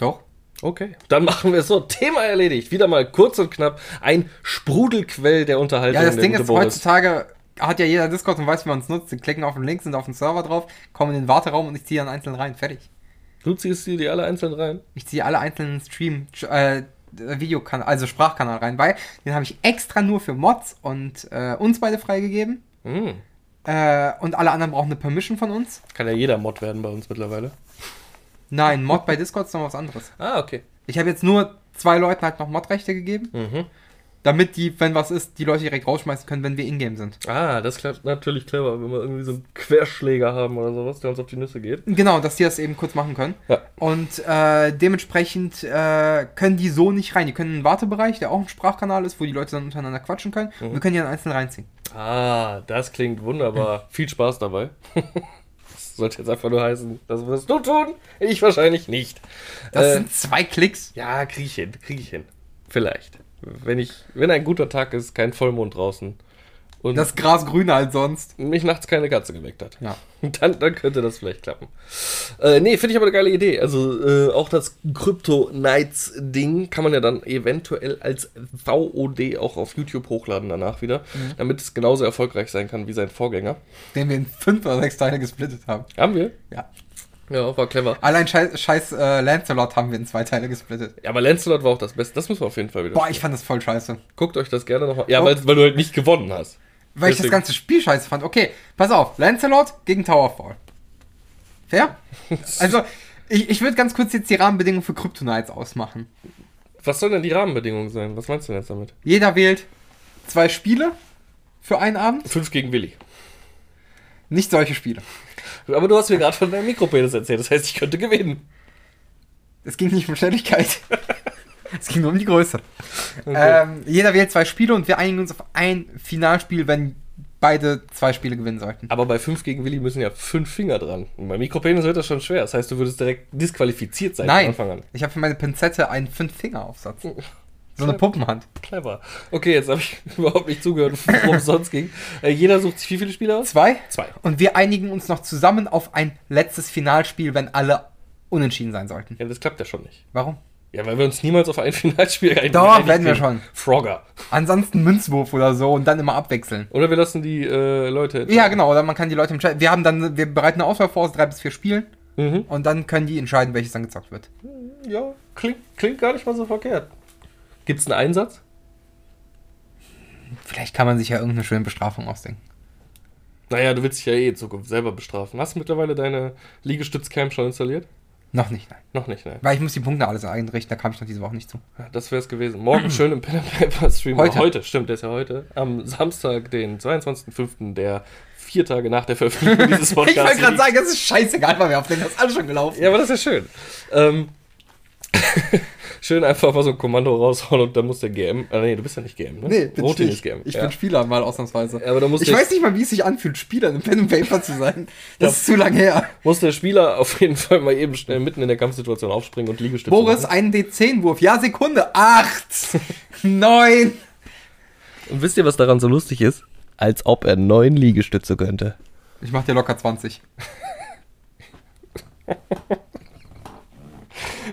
Doch?
Okay, dann machen wir es so. Thema erledigt. Wieder mal kurz und knapp. Ein Sprudelquell der Unterhaltung.
Ja, das
der
Ding
gute
ist,
Boris.
heutzutage hat ja jeder Discord und weiß, wie man es nutzt. Sie klicken auf den Link, sind auf den Server drauf, kommen in den Warteraum und ich ziehe dann einzeln rein. Fertig.
Du ziehst die, die alle einzeln rein.
Ich ziehe alle einzelnen Stream, äh, Videokanal, also Sprachkanal rein, weil den habe ich extra nur für Mods und äh, uns beide freigegeben.
Hm.
Äh, und alle anderen brauchen eine Permission von uns.
Kann ja jeder Mod werden bei uns mittlerweile.
Nein, Mod bei Discord ist noch was anderes.
Ah, okay.
Ich habe jetzt nur zwei Leuten halt noch Modrechte gegeben,
Mhm.
damit die, wenn was ist, die Leute direkt rausschmeißen können, wenn wir in-game sind.
Ah, das klappt natürlich clever, wenn wir irgendwie so einen Querschläger haben oder sowas, der uns auf die Nüsse geht.
Genau, dass die das eben kurz machen können.
Ja.
Und äh, dementsprechend äh, können die so nicht rein. Die können in einen Wartebereich, der auch ein Sprachkanal ist, wo die Leute dann untereinander quatschen können.
Mhm.
Und wir können die dann einzeln reinziehen.
Ah, das klingt wunderbar. *laughs* Viel Spaß dabei. das sollte jetzt einfach nur heißen, das wirst du tun, ich wahrscheinlich nicht.
Das
Äh,
sind zwei Klicks.
ja, krieg ich hin, krieg ich hin. Vielleicht. Wenn ich, wenn ein guter Tag ist, kein Vollmond draußen und
Das Gras grüner als sonst.
mich nachts keine Katze geweckt hat.
Ja.
*laughs* Dann, dann könnte das vielleicht klappen. Äh, nee, finde ich aber eine geile Idee. Also äh, auch das Crypto Nights Ding kann man ja dann eventuell als VOD auch auf YouTube hochladen danach wieder, damit es genauso erfolgreich sein kann wie sein Vorgänger.
Den wir in fünf oder sechs Teile gesplittet haben.
Haben wir?
Ja.
Ja, war clever.
Allein scheiß, scheiß äh, Lancelot haben wir in zwei Teile gesplittet.
Ja, aber Lancelot war auch das Beste. Das müssen wir auf jeden Fall wieder.
Boah, ich fand das voll scheiße.
Guckt euch das gerne nochmal. Ja,
Oh.
weil, weil du halt nicht gewonnen hast.
Weil ich das
Deswegen.
ganze Spiel scheiße fand. Okay, pass auf. Lancelot gegen Towerfall. *laughs* Fair? Also, ich, ich würde ganz kurz jetzt die Rahmenbedingungen für Kryptonites ausmachen.
Was sollen denn die Rahmenbedingungen sein? Was meinst du denn jetzt damit?
Jeder wählt zwei Spiele für einen Abend.
Fünf gegen Willi.
Nicht solche Spiele.
Aber du hast mir gerade von deinem Mikropenis erzählt. Das heißt, ich könnte gewinnen.
Es ging nicht um Schnelligkeit. *laughs* es ging nur um die Größe. Ähm, jeder wählt zwei Spiele und wir einigen uns auf ein Finalspiel, wenn beide zwei Spiele gewinnen sollten.
Aber bei 5 gegen Willi müssen ja fünf Finger dran. Und bei Mikropenis wird das schon schwer. Das heißt, du würdest direkt disqualifiziert sein
Nein,
von Anfang an. Oh.
ich habe für meine Pinzette einen Fünf-Finger-Aufsatz. So eine Puppenhand.
Clever. Okay, jetzt habe ich *laughs* überhaupt nicht zugehört, worum es sonst ging. Äh, jeder sucht sich wie viele Spieler aus?
Zwei.
Zwei.
Und wir einigen uns noch zusammen auf ein letztes Finalspiel, wenn alle unentschieden sein sollten.
Ja, das klappt ja schon nicht.
Warum?
Ja, weil wir uns niemals auf ein *laughs* Finalspiel einigen.
Doch,
einig
werden wir
kriegen.
schon.
Frogger.
Ansonsten Münzwurf oder so und dann immer abwechseln.
Oder wir lassen die äh, Leute.
Ja, genau. Oder man kann die Leute im Chat. Wir haben dann, wir bereiten eine Auswahl vor aus drei bis vier Spielen
Mhm.
und dann können die entscheiden, welches dann gezockt wird.
Ja, klingt, klingt gar nicht mal so verkehrt. Gibt's einen Einsatz?
Vielleicht kann man sich ja irgendeine schöne Bestrafung ausdenken.
Naja, du willst dich ja eh in Zukunft selber bestrafen. Hast du mittlerweile deine Liegestützcam schon installiert?
Noch nicht, nein.
Noch nicht, ne?
Weil ich muss die Punkte alles einrichten, da kam ich noch diese Woche nicht zu.
Das wär's gewesen. Morgen schön im Pen and Paper Stream.
Heute.
heute, stimmt, der ist ja heute. Am Samstag, den 22.05., der vier Tage nach der Veröffentlichung
*laughs*
dieses Podcasts.
ich wollte gerade
liegt.
sagen, das ist scheißegal, weil wir auf den das ist alles schon gelaufen.
Ja, aber das ist ja schön. Ähm, *laughs* schön einfach mal so ein Kommando raushauen und dann muss der GM. Ah, nee, du bist ja nicht GM, ne?
Nee, bin ich
Rotin ist
nicht.
GM.
Ich
ja.
bin Spieler, mal ausnahmsweise.
Ja, aber da muss
ich
der-
weiß nicht mal, wie es sich anfühlt, Spieler in Pen and Paper zu sein. Das ist zu lang her.
muss der Spieler *laughs* auf jeden Fall mal eben schnell mitten in der Kampfsituation aufspringen und Liegestütze
Boris,
machen.
einen D10-Wurf. Ja,
*laughs*
Sekunde. Acht, neun.
Und wisst ihr, was daran so lustig ist? Als ob er neun Liegestütze könnte.
Ich mach dir locker 20.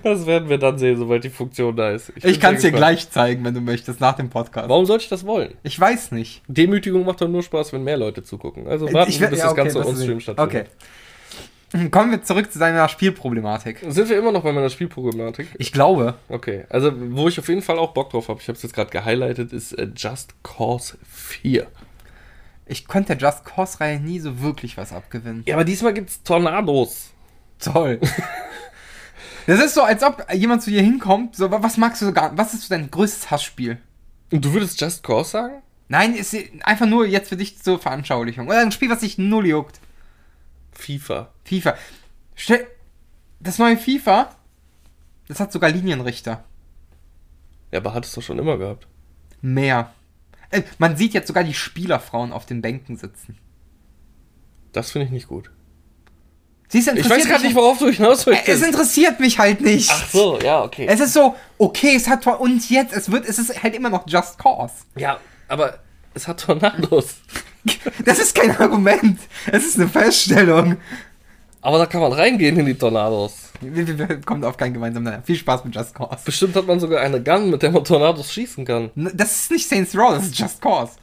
Das werden wir dann sehen, sobald die Funktion da ist.
Ich,
bin
kann es
sehr
dir
gespannt.
gleich zeigen, wenn du möchtest, nach dem Podcast.
Warum sollte ich das wollen?
Ich weiß nicht.
Demütigung macht doch nur Spaß, wenn mehr Leute zugucken. Also warten,
ich
bis das Ganze
das ist-
on-stream
Okay.
stattfindet.
Kommen wir zurück zu deiner Spielproblematik.
Sind wir immer noch bei meiner Spielproblematik?
Ich glaube,
Okay, also wo ich auf jeden Fall auch Bock drauf habe, ich habe es jetzt gerade gehighlightet, ist äh, Just Cause 4.
ich konnte der Just Cause-Reihe nie so wirklich was abgewinnen.
Ja, aber diesmal gibt's Tornados. *laughs*
Toll. Das ist so, als ob jemand zu dir hinkommt, so, wa- was magst du so gar was ist so dein größtes Hassspiel?
Und du würdest Just Cause sagen?
Nein, ist einfach nur jetzt für dich zur Veranschaulichung. Oder ein Spiel, was dich null juckt.
FIFA.
FIFA. Stell, das neue FIFA, das hat sogar Linienrichter.
Ja, aber hattest du schon immer gehabt.
Mehr. Äh, Man sieht jetzt sogar die Spielerfrauen auf den Bänken sitzen.
Das finde ich nicht gut.
Siehst du,
Ich weiß
interessiert
gerade nicht,
mich-
worauf du hinaus willst.
Äh, Es interessiert mich halt nicht.
Ach so, ja, okay.
Es ist so, okay, es hat Tor und jetzt, es wird, es ist halt immer noch Just Cause.
ja, aber es hat Tornados.
Das ist kein Argument. Es ist eine Feststellung.
Aber da kann man reingehen in die Tornados.
Wir, wir, wir kommen auf keinen gemeinsamen Nenner. Viel Spaß mit Just Cause.
Bestimmt hat man sogar eine Gun, mit der man Tornados schießen kann.
N- Das ist nicht Saints Row, das ist Just Cause.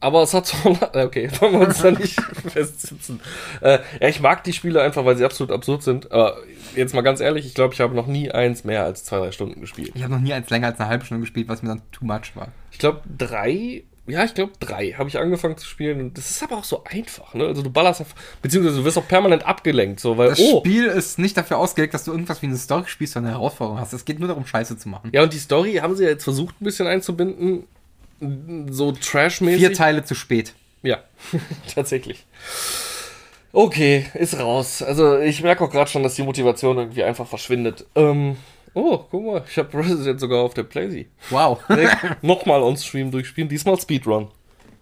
aber es hat so. *laughs* Okay, wollen wir uns da nicht *laughs* festsitzen. Äh, ja, ich mag die Spiele einfach, weil sie absolut absurd sind. Aber jetzt mal ganz ehrlich, ich glaube, ich habe noch nie eins mehr als zwei, drei Stunden gespielt.
Ich habe noch nie eins länger als eine halbe Stunde gespielt, was mir dann too much war.
Ich glaube, drei. Ja, ich glaube, drei habe ich angefangen zu spielen. Und Das ist aber auch so einfach, ne? Also, du ballerst auf. Beziehungsweise, du wirst auch permanent abgelenkt, so, weil.
Das
oh,
Spiel ist nicht dafür ausgelegt, dass du irgendwas wie eine Story spielst, sondern eine Herausforderung hast. Es geht nur darum, Scheiße zu machen.
Ja, und die Story haben sie ja jetzt versucht, ein bisschen einzubinden. So
Vier
trashmäßig.
Teile zu spät.
Ja, *laughs* tatsächlich. Okay, ist raus. Also ich merke auch gerade schon, dass die Motivation irgendwie einfach verschwindet. Ähm, oh, guck mal, ich habe Resident sogar auf der Playsee.
Wow.
Direkt Nochmal on Stream durchspielen, diesmal Speedrun.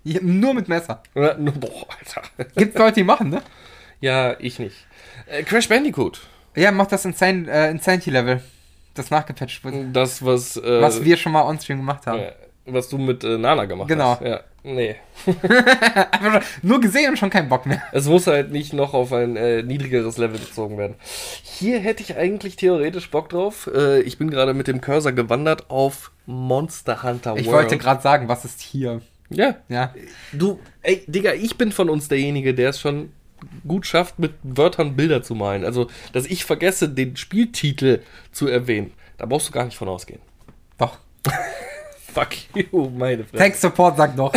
Ja, *laughs* nur mit Messer.
Ja, ne, Boah, Alter. *laughs*
Gibt Leute, die machen, ne?
Ja, ich nicht. Äh, Crash Bandicoot.
Ja, mach das Insane, äh, Insanity-Level. Das nachgepatcht wird.
Das, was, äh,
Was wir schon mal on-stream gemacht haben.
äh, was du mit äh, Nana gemacht
Genau.
hast. Ja, nee.
Einfach schon- nur gesehen und schon keinen Bock mehr.
Es muss halt nicht noch auf ein äh, niedrigeres Level gezogen werden. Hier hätte ich eigentlich theoretisch Bock drauf. Äh, ich bin gerade mit dem Cursor gewandert auf Monster Hunter World.
Ich wollte gerade sagen, was ist hier?
Ja.
Ja.
Du, ey, Digga, ich bin von uns derjenige, der es schon gut schafft, mit Wörtern Bilder zu malen. Also, dass ich vergesse, den Spieltitel zu erwähnen. Da brauchst du gar nicht von ausgehen.
Doch.
Fuck *laughs* you, meine Fresse.
Tech Support
*laughs*
sagt doch.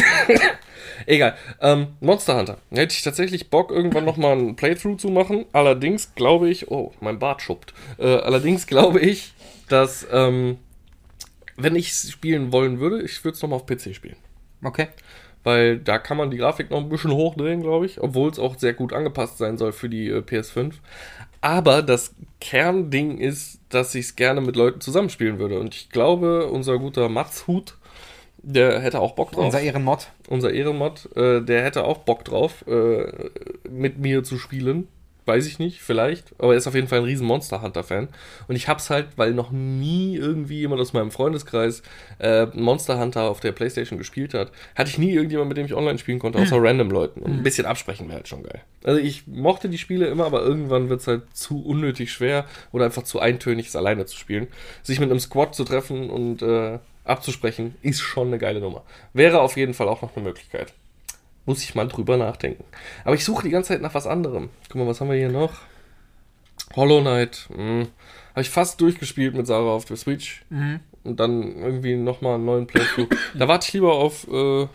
Egal. Ähm, Monster Hunter. Hätte ich tatsächlich Bock, irgendwann nochmal einen Playthrough zu machen. Allerdings glaube ich, oh, mein Bart schuppt. Äh, allerdings glaube ich, dass, ähm, wenn ich spielen wollen würde, ich würde es nochmal auf PC spielen.
Okay.
Weil da kann man die Grafik noch ein bisschen hochdrehen, glaube ich. Obwohl es auch sehr gut angepasst sein soll für die äh, PS5. Aber das Kernding ist, dass ich es gerne mit Leuten zusammenspielen würde. Und ich glaube, unser guter Matzhut, der hätte auch Bock drauf
Unser Ehrenmod.
unser Ehrenmod, äh, der hätte auch Bock drauf, äh, mit mir zu spielen. Weiß ich nicht, vielleicht. Aber er ist auf jeden Fall ein riesen Monster Hunter-Fan. Und ich hab's halt, weil noch nie irgendwie jemand aus meinem Freundeskreis äh, Monster Hunter auf der Playstation gespielt hat, hatte ich nie irgendjemand, mit dem ich online spielen konnte, außer random Leuten. Und ein bisschen absprechen wäre halt schon geil. Also ich mochte die Spiele immer, aber irgendwann wird's halt zu unnötig schwer oder einfach zu eintönig, es alleine zu spielen. Sich mit einem Squad zu treffen und äh, abzusprechen, ist schon eine geile Nummer. Wäre auf jeden Fall auch noch eine Möglichkeit. Muss ich mal drüber nachdenken. Aber ich suche die ganze Zeit nach was anderem. Guck mal, was haben wir hier noch? Hollow Knight. Hm. Habe ich fast durchgespielt mit Sarah auf der Switch.
Mhm.
Und dann irgendwie nochmal einen neuen Playthrough. da warte ich lieber auf äh,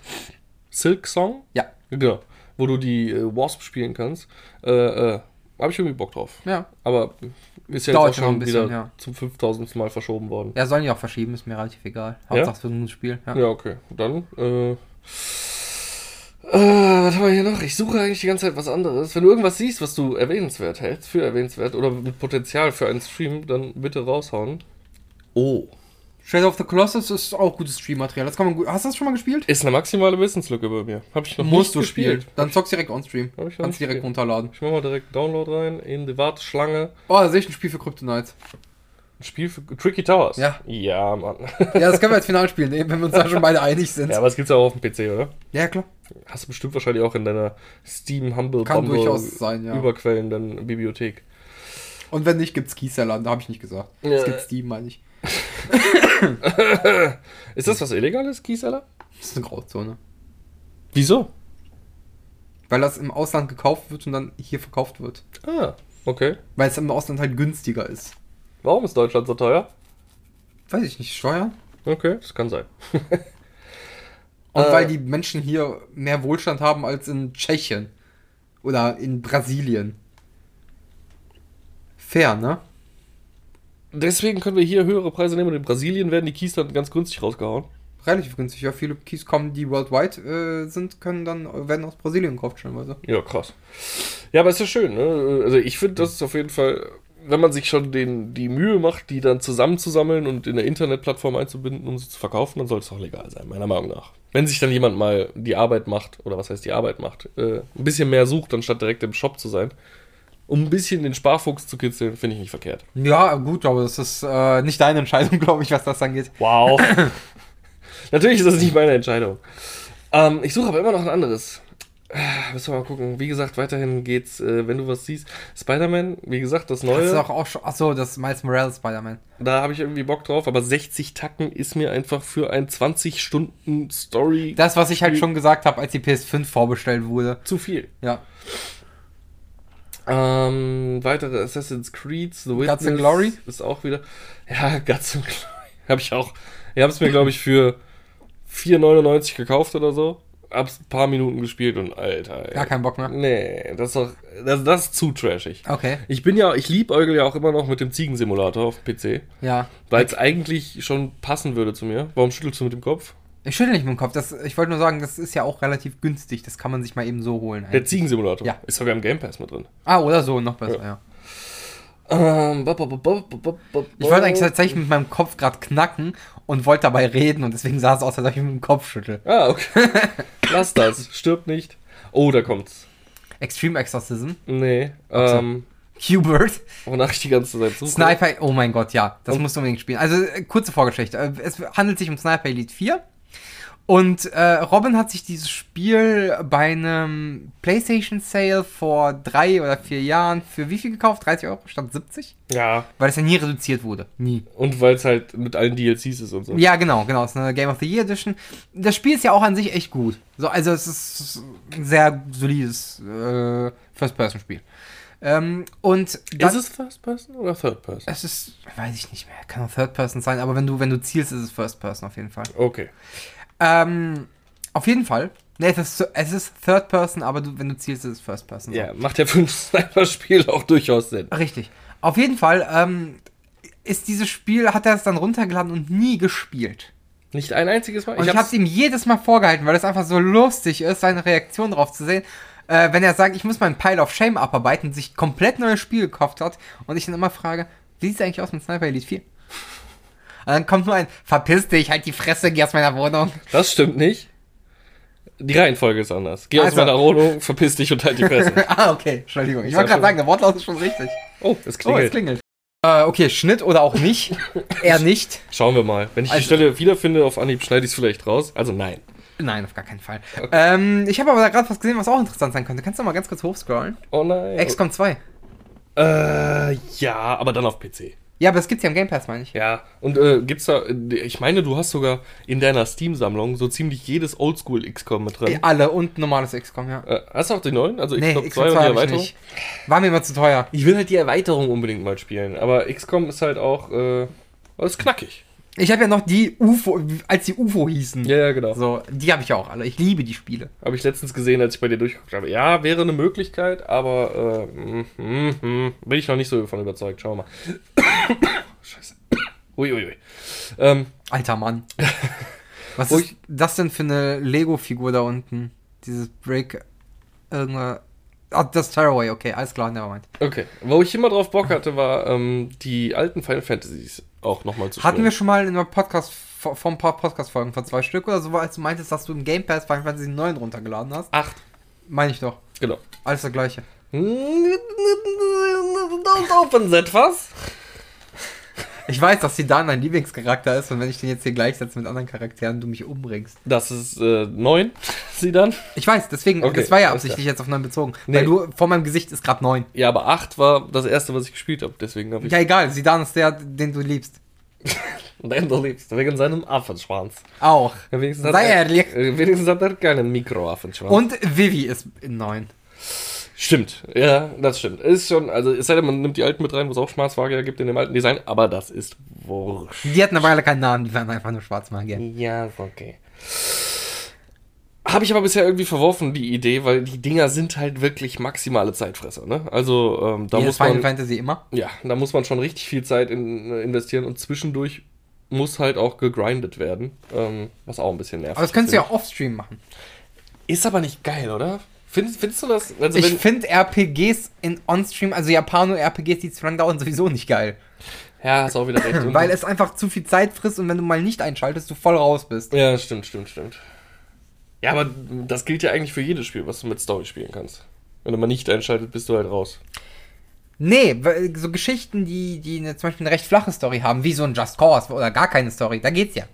Silk Song.
Ja.
Genau. Wo du die äh, Wasp spielen kannst. Äh, äh, Habe ich irgendwie Bock drauf.
Ja.
Aber ist ja jetzt
Dauert
auch
ja noch
schon
ein bisschen,
wieder
ja.
zum 5000. Mal verschoben worden.
Ja, sollen die auch verschieben, ist mir relativ egal. Hauptsache es wird ein gutes Spiel. Ja.
Ja, okay. Dann, äh, äh, was haben wir hier noch? Ich suche eigentlich die ganze Zeit was anderes. Wenn du irgendwas siehst, was du erwähnenswert hältst, für erwähnenswert oder mit Potenzial für einen Stream, dann bitte raushauen. Oh.
Shadow of the Colossus ist auch gutes Stream-Material. Das kann man gut. Hast du das schon mal gespielt?
Ist eine maximale Wissenslücke bei mir. Hab ich noch nicht gespielt.
Dann zockst direkt on Stream.
Hab ich noch nicht
Kannst direkt
gespielt.
runterladen.
Ich mach mal direkt Download rein in die Warteschlange.
Oh, da sehe ich ein Spiel für Kryptonite.
Ein Spiel für Tricky Towers.
Ja.
Ja, Mann.
Ja, das können wir als Final spielen, ne, wenn wir uns da schon beide einig
*laughs*
sind.
ja,
Ja,
aber es gibt's ja auch auf dem PC, oder?
klar.
Hast du bestimmt wahrscheinlich auch in deiner Steam Humble
Kann
Bumble
durchaus sein, ja.
überquellenden Bibliothek.
Und wenn nicht, gibt's Keyseller. Da habe ich nicht gesagt.
Ja.
Es gibt Steam, meine ich.
Ist das was Illegales, Kieseller?
Das ist eine Grauzone.
Wieso?
Weil das im Ausland gekauft wird und dann hier verkauft wird.
Ah, okay.
Weil es im Ausland halt günstiger ist.
Warum ist Deutschland so teuer?
Weiß ich nicht, Steuern?
Okay, das kann sein.
Und
Äh.
weil die Menschen hier mehr Wohlstand haben als in Tschechien. Oder in Brasilien. Fair, ne?
Deswegen können wir hier höhere Preise nehmen und in Brasilien werden die Keys dann ganz günstig rausgehauen.
Relativ günstig. Ja, viele Keys kommen, die worldwide äh, sind, können dann, werden aus Brasilien gekauft, stellenweise.
Ja, krass. Ja, aber ist ja schön, ne? Also ich finde, das ist auf jeden Fall, wenn man sich schon den, die Mühe macht, die dann zusammenzusammeln und in eine Internetplattform einzubinden, um sie zu verkaufen, dann soll es auch legal sein, meiner Meinung nach. Wenn sich dann jemand mal die Arbeit macht, oder was heißt die Arbeit macht, äh, ein bisschen mehr sucht, anstatt direkt im Shop zu sein, um ein bisschen den Sparfuchs zu kitzeln, finde ich nicht verkehrt.
Ja, gut, aber das ist äh, nicht deine Entscheidung, *laughs* glaube ich, was das angeht.
Wow. Natürlich ist das nicht meine Entscheidung. Ähm, ich suche aber immer noch ein anderes. Ah, Müssen wir mal gucken. Wie gesagt, weiterhin geht's, äh, wenn du was siehst. Spider-Man, wie gesagt, das
Das ist
Neue.
doch auch schon. Achso, das ist Miles Morales Spider-Man.
Da habe ich irgendwie Bock drauf, aber 60 Tacken ist mir einfach für ein 20-Stunden-Story
Das, was ich halt schon gesagt habe, als die PS5 vorbestellt wurde.
zu viel.
Ja.
Ähm, weitere Assassin's Creed, The Witness
Guts and Glory?
ist auch wieder. Ja, Guts and Glory. *laughs* Habe ich auch. Ich habe es mir, glaube ich, für 4,99 gekauft oder so. Hab's ein paar Minuten gespielt und alter. Ey.
Gar keinen Bock mehr. Oh.
Nee, das ist doch. Das, das ist zu trashig.
Okay.
Ich bin ja, ich liebe Eugel ja auch immer noch mit dem Ziegensimulator auf dem PC,
Ja.
weil es eigentlich schon passen würde zu mir. Warum schüttelst du mit dem Kopf?
Ich schüttel nicht mit dem Kopf. Das, ich wollte nur sagen, das ist ja auch relativ günstig. Das kann man sich mal eben so holen.
Der Ziegensimulator.
Ja.
Ist sogar im Game Pass mit drin.
Ah, oder so, noch besser, ja.
Ähm, bop, bop, bop, bop, bop, bop,
Ich wollte
Oh.
eigentlich tatsächlich mit meinem Kopf gerade knacken und wollte dabei reden und deswegen sah es aus, als ob ich mit dem Kopf schüttel.
Ah, okay. *laughs* Lass das. Stirb nicht. Oh, da kommt's.
Extreme Exorcism,
Nee. Ähm,
Hubert,
wonach ich die ganze Zeit suche.
Sniper, oh mein Gott, ja, das musst du unbedingt spielen. Also, äh, kurze Vorgeschichte. Äh, Es handelt sich um Sniper Elite 4. Und äh, Robin hat sich dieses Spiel bei einem PlayStation Sale vor drei oder vier Jahren für wie viel gekauft? 30 Euro statt 70?
Ja.
Weil es ja nie reduziert wurde. Nie.
Und weil es halt mit allen DLCs ist und so.
Ja, genau, genau. Es ist eine Game of the Year Edition. Das Spiel ist ja auch an sich echt gut. So, also es ist ein sehr solides äh, First-Person-Spiel. Ähm, und
Ist
dann,
es First Person oder Third Person?
es ist, weiß ich nicht mehr, kann auch Third-Person sein, aber wenn du, wenn du zielst, ist es First-Person auf jeden Fall.
Okay.
Ähm, auf jeden Fall. Ne, es ist, es ist Third-Person, aber du, wenn du zielst, ist es First-Person. so.
Ja, macht ja für ein *laughs* Sniper-Spiel auch durchaus Sinn.
Richtig. Auf jeden Fall ähm, ist dieses Spiel, hat er es dann runtergeladen und nie gespielt.
Nicht ein einziges Mal.
Und ich, hab's habe es ihm jedes Mal vorgehalten, weil es einfach so lustig ist, seine Reaktion drauf zu sehen. Äh, wenn er sagt, ich muss meinen Pile of Shame abarbeiten, sich komplett neues Spiel gekauft hat und ich dann immer frage, wie sieht's eigentlich aus mit Sniper Elite 4? Und dann kommt nur ein, verpiss dich, halt die Fresse, geh aus meiner Wohnung. *laughs*
Das stimmt nicht. Die Reihenfolge ist anders. Geh aus
Also.
meiner Wohnung, verpiss dich und halt die
*laughs*
Fresse.
ah, okay, Entschuldigung. Ich
Ist ja
wollte gerade
schon-
sagen, der Wortlaut ist schon richtig.
Oh, es
Oh, es
klingelt.
klingelt. Äh, okay, Schnitt oder auch *laughs* nicht. Eher nicht.
Schauen wir mal. Wenn ich die
Also-
Stelle wiederfinde auf Anhieb, schneide ich es vielleicht raus. Also nein.
Nein, auf gar keinen Fall. Ähm, ich habe aber da gerade was gesehen, was auch interessant sein könnte. Kannst du mal ganz kurz hochscrollen?
Oh nein.
XCOM 2.
äh, ja, aber dann auf PC.
Ja, aber das gibt's ja im Game Pass, meine ich.
Ja, und äh, gibt's da, ich meine, du hast sogar in deiner Steam-Sammlung so ziemlich jedes Oldschool XCOM mit drin.
Ja, Alle und normales XCOM, ja.
Äh, hast du auch den neuen? Also
Nee,
XCOM 2
XCOM
und
2
die
hab ich
Erweiterung?
nicht. War mir immer zu teuer.
Ich will halt die Erweiterung unbedingt mal spielen, aber XCOM ist halt auch, äh, ist knackig.
Ich habe ja noch die UFO, als die UFO hießen.
Ja, ja, genau.
So, die habe ich ja auch alle. Ich liebe die Spiele.
Habe ich letztens gesehen, als ich bei dir durchgeguckt habe. Ja, wäre eine Möglichkeit, aber äh, mm, mm, mm, bin ich noch nicht so davon überzeugt. Schauen wir mal. *coughs* Scheiße. Uiuiui. Ähm, *laughs*
Alter Mann. Was
Wo
ist das denn für eine Lego-Figur da unten? Dieses Break. Irgendwas. Ah, das ist Tearaway, okay, alles klar, nevermind.
okay. Wo ich immer drauf Bock hatte, war ähm, die alten Final Fantasies auch nochmal zu
Hatten
spielen.
wir schon mal in einem Podcast, vor vor ein paar Podcast-Folgen von zwei Stück oder so, als du meintest, dass du im Game Pass Final Fantasy 9 runtergeladen hast?
Acht.
Meine ich doch.
Genau.
Alles das gleiche.
Don't open that, was?
Ich weiß, dass Sidan dein Lieblingscharakter ist und wenn ich den jetzt hier gleichsetze mit anderen Charakteren, du mich umbringst.
Das ist äh, neun, *laughs* sie dann.
Ich weiß, deswegen,
Okay,
das war ja
alles
absichtlich jetzt auf neun bezogen.
Nee.
Weil du, vor meinem Gesicht ist gerade neun.
Ja, aber acht war das erste, was ich gespielt habe. Deswegen habe ich.
Ja, egal, Sidan ist der, den du liebst.
Nein, du liebst. Wegen seinem Affenschwanz.
Auch.
Ja, wenigstens
Sei
er,
ehrlich.
äh, wenigstens hat er keinen Mikroaffenschwanz.
Und Vivi ist in neun.
Stimmt, ja, das stimmt. Ist schon, also es sei denn, man nimmt die alten mit rein, wo es auch Schmaßwaage gibt in dem alten Design, aber das ist wurscht.
Die hatten aber alle keinen Namen, die waren einfach nur Schwarzmagier.
Ja, ist okay. Habe ich aber bisher irgendwie verworfen, die Idee, weil die Dinger sind halt wirklich maximale Zeitfresser, ne? Also, ähm, da
Da
muss
muss Final
man.
Fantasy immer.
Ja, da muss man schon richtig viel Zeit in, äh, investieren und zwischendurch muss halt auch gegrindet werden, ähm, was auch ein bisschen nervt.
Aber das könntest du ja auch offstream machen.
Ist aber nicht geil, oder? Findest, findest du das? Also
ich finde RPGs in Onstream, also Japano-RPGs, die zu lang dauern, sowieso nicht geil.
ja, hast auch wieder
*clears throat*
recht. Und-
Weil es einfach zu viel Zeit frisst und wenn du mal nicht einschaltest, du voll raus bist.
ja, stimmt, stimmt, stimmt. Ja, aber das gilt ja eigentlich für jedes Spiel, was du mit Story spielen kannst. Wenn du mal nicht einschaltet, bist du halt raus.
Nee, weil so Geschichten, die, die eine, zum Beispiel eine recht flache Story haben, wie so ein Just Cause oder gar keine Story, da geht's ja.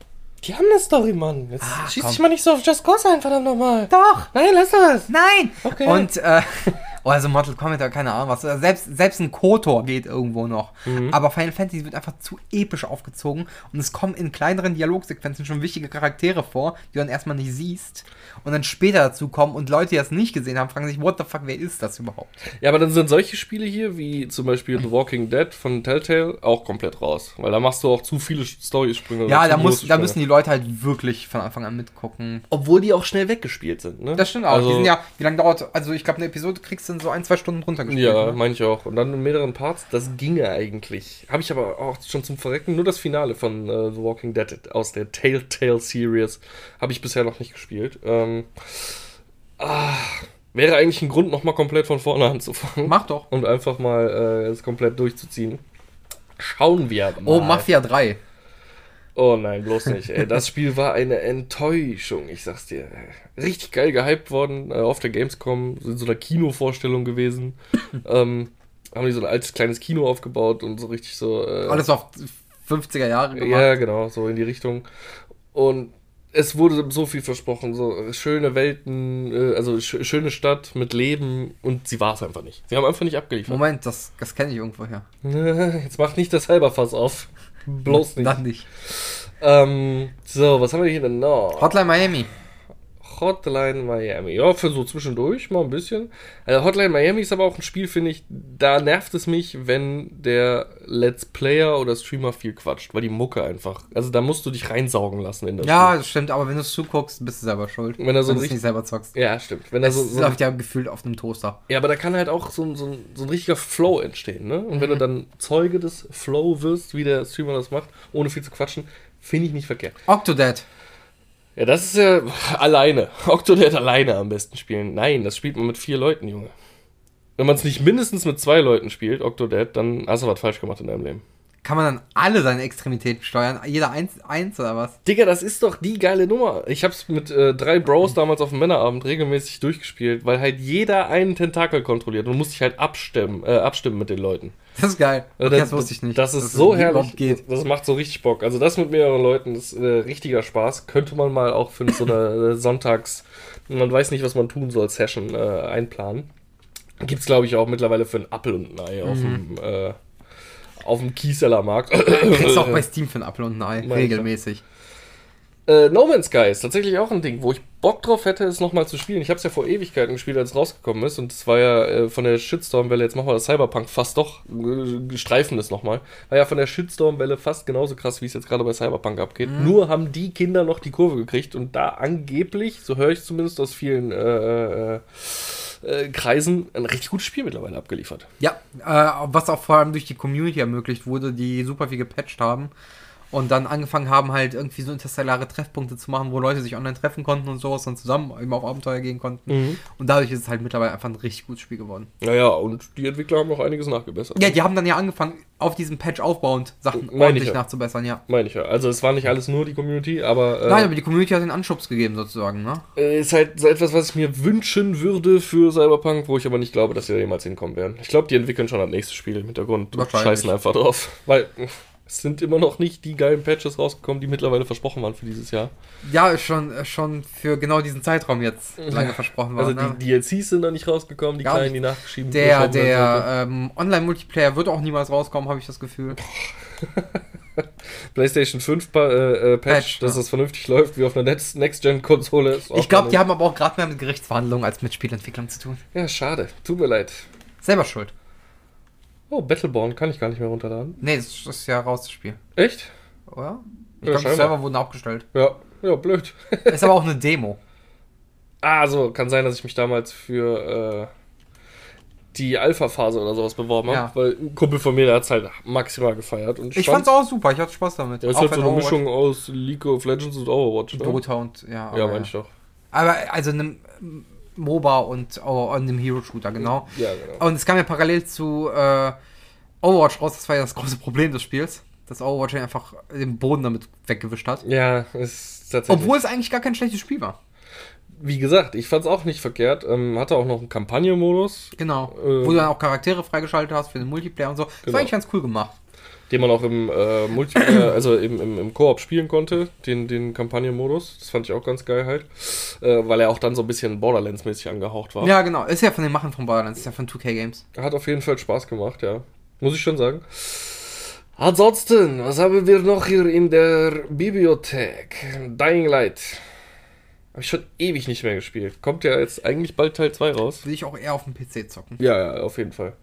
Die haben eine Story, Mann. Jetzt
Ah,
schieß
komm.
dich mal nicht so auf Just Cause ein, verdammt nochmal.
Doch!
Nein, lass das.
Nein!
Okay.
Und, äh, *laughs* oh, also Mortal Kombat, oder keine Ahnung was. oder Selbst, selbst ein Kotor geht irgendwo noch. Aber Final Fantasy wird einfach zu episch aufgezogen und es kommen in kleineren Dialogsequenzen schon wichtige Charaktere vor, die du dann erstmal nicht siehst und dann später dazu kommen und Leute, die das nicht gesehen haben, fragen sich, what the fuck, wer ist das überhaupt?
Ja, aber dann sind solche Spiele hier, wie zum Beispiel The Walking Dead von Telltale, auch komplett raus. Weil da machst du auch zu viele Storysprünge. oder
Ja,
zu
da,
große
muss, da
Sprünge.
müssen die Leute halt wirklich von Anfang an mitgucken.
Obwohl die auch schnell weggespielt sind, ne?
Das stimmt auch.
Also,
die sind ja, wie lange dauert, also ich glaube, eine Episode kriegst du in so ein, zwei Stunden runtergespielt.
Ja,
ne?
meine ich auch. Und dann in mehreren Parts, das ginge eigentlich. Habe ich aber auch schon zum Verrecken nur das Finale von äh, The Walking Dead aus der Telltale Series habe ich bisher noch nicht gespielt. Ähm, ah, wäre eigentlich ein Grund, nochmal komplett von vorne *laughs* anzufangen
Mach doch.
und einfach mal äh, es komplett durchzuziehen. Schauen wir mal.
Oh, Mafia 3.
Oh nein, bloß nicht. Ey, das Spiel war eine Enttäuschung, ich sag's dir. Richtig geil gehypt worden äh, auf der Gamescom, so in so einer Kinovorstellung
*laughs*
gewesen. ähm, haben die so ein altes kleines Kino aufgebaut und so richtig so. Äh,
Alles auf 50er Jahre gemacht.
ja, genau, so in die Richtung. Und es wurde so viel versprochen, so schöne Welten, äh, also sch schöne Stadt mit Leben und sie war es einfach nicht. Sie haben einfach nicht abgeliefert.
Moment, das, das kenne ich irgendwoher.
*laughs* Jetzt macht nicht das Halberfass auf. Bloß nicht.
Dann nicht.
Ähm, so, was haben wir hier denn noch?
Hotline Miami.
Hotline Miami. Ja, für so zwischendurch mal ein bisschen. Also Hotline Miami ist aber auch ein Spiel, finde ich, da nervt es mich, wenn der Let's Player oder Streamer viel quatscht, weil die Mucke einfach. Also da musst du dich reinsaugen lassen in das
Ja, das stimmt, aber wenn du es zuguckst, bist du selber schuld.
Wenn er so
du es
richtig-
nicht selber zockst.
Spiel. Ja, stimmt. Wenn da so,
das
so,
läuft ja gefühlt auf einem Toaster.
ja, aber da kann halt auch so, ein- so, ein- so ein richtiger Flow entstehen, ne? Und
Mhm.
wenn du dann Zeuge des Flow wirst, wie der Streamer das macht, ohne viel zu quatschen, finde ich nicht verkehrt.
Octodad.
Ja, das ist ja alleine. *laughs* Octodad alleine am besten spielen. Nein, das spielt man mit vier Leuten, Junge. Wenn man es nicht mindestens mit zwei Leuten spielt, Octodad, dann hast du was falsch gemacht in deinem Leben.
Kann man dann alle seine Extremitäten steuern? Jeder eins, eins oder was?
Digga, das ist doch die geile Nummer. Ich hab's mit äh, drei Bros damals auf dem Männerabend regelmäßig durchgespielt, weil halt jeder einen Tentakel kontrolliert und musste dich halt abstimmen, äh, abstimmen mit den Leuten.
Das ist geil.
Ja,
Okay, das, wusste ich nicht.
Das ist
dass es
so
überhaupt
herrlich. *laughs*
Geht.
Das macht so richtig Bock. Also das mit mehreren Leuten ist äh, richtiger Spaß. Könnte man mal auch für so
*laughs*
eine äh, Sonntags, man weiß nicht, was man tun soll, Session äh, einplanen. Gibt's glaube ich auch mittlerweile für einen Appel und ein Ei auf dem
Mhm.
äh, auf dem Kieselermarkt. *laughs*
Kriegst du auch bei Steam für einen Apfel und ein Ei.
Mann,
Regelmäßig.
Äh, no Man's Sky ist tatsächlich auch ein Ding, wo ich Bock drauf hätte, es nochmal zu spielen. Ich habe es ja vor Ewigkeiten gespielt, als es rausgekommen ist. Und es war ja äh, von der Shitstorm-Welle, jetzt machen wir das Cyberpunk fast doch, äh, streifen das nochmal. War ja von der Shitstorm-Welle fast genauso krass, wie es jetzt gerade bei Cyberpunk abgeht. Nur haben die Kinder noch die Kurve gekriegt und da angeblich, so höre ich zumindest aus vielen äh, äh, äh, Kreisen, ein richtig gutes Spiel mittlerweile abgeliefert.
Ja, äh, was auch vor allem durch die Community ermöglicht wurde, die super viel gepatcht haben und dann angefangen haben, halt irgendwie so interstellare Treffpunkte zu machen, wo Leute sich online treffen konnten und sowas und zusammen eben auf Abenteuer gehen konnten.
Mhm.
Und dadurch ist es halt mittlerweile einfach ein richtig gutes Spiel geworden.
Naja, und die Entwickler haben noch einiges nachgebessert.
Ja, die haben dann ja angefangen, auf diesem Patch aufbauend Sachen
Meine ich
ordentlich
ja.
nachzubessern, ja.
Meine ich ja. Also es war nicht alles nur die Community, aber. Äh,
Nein, aber die Community hat den Anschubs gegeben, sozusagen, ne?
Äh, ist halt so etwas, was ich mir wünschen würde für Cyberpunk, wo ich aber nicht glaube, dass sie da jemals hinkommen werden. Ich glaube, die entwickeln schon das nächste Spiel im Hintergrund und
Wahrscheinlich.
scheißen einfach drauf. Weil *laughs* äh, es sind immer noch nicht die geilen Patches rausgekommen, die mittlerweile versprochen waren für dieses Jahr.
Ja, ist schon, ist schon für genau diesen Zeitraum jetzt lange versprochen war.
Also
ne?
die DLCs sind da nicht rausgekommen, die
Gar
kleinen,
nicht.
die nachgeschrieben
Der,
geschoben werden sollten.
der ähm, Online-Multiplayer wird auch niemals rauskommen, habe ich das Gefühl.
PlayStation 5 pa äh, äh, Patch,
Patch,
dass
ja.
das vernünftig läuft, wie auf einer Next- Next-Gen-Konsole. ist auch
Ich glaube, die
noch
haben aber auch gerade mehr mit Gerichtsverhandlungen als mit Spielentwicklung zu tun.
nicht- Ja, schade. Tut mir leid.
Selber schuld.
Oh, Battleborn kann ich gar nicht mehr runterladen.
Nee, das ist ja raus, das Spiel.
Echt?
Oder? Ich
Ja,
glaube, die
scheinbar.
Server wurden abgestellt.
Ja. Ja, blöd. *laughs*
Ist aber auch eine Demo.
Ah, so, kann sein, dass ich mich damals für äh, die Alpha-Phase oder sowas beworben habe,
Ja.
weil ein Kumpel von mir, der hat es halt maximal gefeiert. Und
Ich fand's auch super, ich hatte Spaß damit.
Ja, ist
auch
halt so
wenn
eine
Overwatch-
Mischung aus League of Legends und Overwatch, ne?
Dota und ja.
ja,
aber-
meine ich doch.
Aber also einem ähm, MOBA und oh, und einem Hero-Shooter, genau.
Ja, genau.
Und es kam ja parallel zu äh, Overwatch raus, das war ja das große Problem des Spiels, dass Overwatch ja einfach den Boden damit weggewischt hat.
Ja, ist tatsächlich.
Obwohl es eigentlich gar kein schlechtes Spiel war.
wie gesagt, ich fand es auch nicht verkehrt. Ähm, hatte auch noch einen Kampagnenmodus.
Genau.
Ähm.
Wo du dann auch Charaktere freigeschaltet hast für den Multiplayer und so. Das
Genau.
war eigentlich ganz cool gemacht.
den man auch im äh, Multiplayer, also im, im, im Koop spielen konnte, den, den Kampagnenmodus. Das fand ich auch ganz geil halt, äh, weil er auch dann so ein bisschen Borderlands-mäßig angehaucht war.
Ja, genau. Ist ja von den Machen von Borderlands, ist ja von 2K Games.
Hat auf jeden Fall Spaß gemacht, ja. Muss ich schon sagen. Ansonsten, was haben wir noch hier in der Bibliothek? Dying Light. Habe ich schon ewig nicht mehr gespielt. Kommt ja jetzt eigentlich bald Teil 2 raus.
Will ich auch eher auf dem PC zocken.
Ja, ja, auf jeden Fall.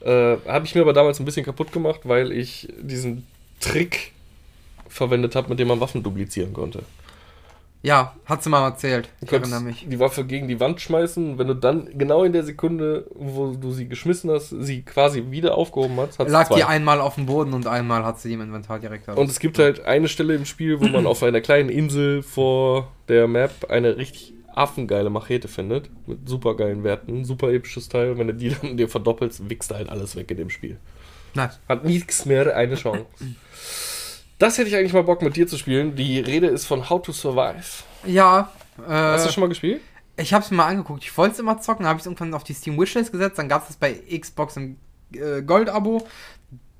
Äh, habe ich mir aber damals ein bisschen kaputt gemacht, weil ich diesen Trick verwendet habe, mit dem man Waffen duplizieren konnte.
Ja, hat sie mal erzählt.
Du
Ich
konntest
erinnere mich.
die Waffe gegen die Wand schmeißen und wenn du dann genau in der Sekunde, wo du sie geschmissen hast, sie quasi wieder aufgehoben hast, hast du
Lag die
zwei.
einmal auf dem Boden und einmal hat sie die im Inventar direkt.
Und es gibt halt eine Stelle im Spiel, wo *clears throat* man auf einer kleinen Insel vor der Map eine richtig affengeile Machete findet. Mit super geilen Werten, super episches Teil. Und wenn du die dann dir verdoppelst, wickst du halt alles weg in dem Spiel.
Nice.
Hat nichts mehr eine Chance. Das hätte ich eigentlich mal Bock mit dir zu spielen. Die Rede ist von How to Survive.
Ja, äh,
Hast du schon mal gespielt?
ich hab's mir mal angeguckt. Ich wollte es immer zocken, habe ich irgendwann auf die Steam Wishlist gesetzt, dann gab's das bei Xbox im äh, Gold-Abo.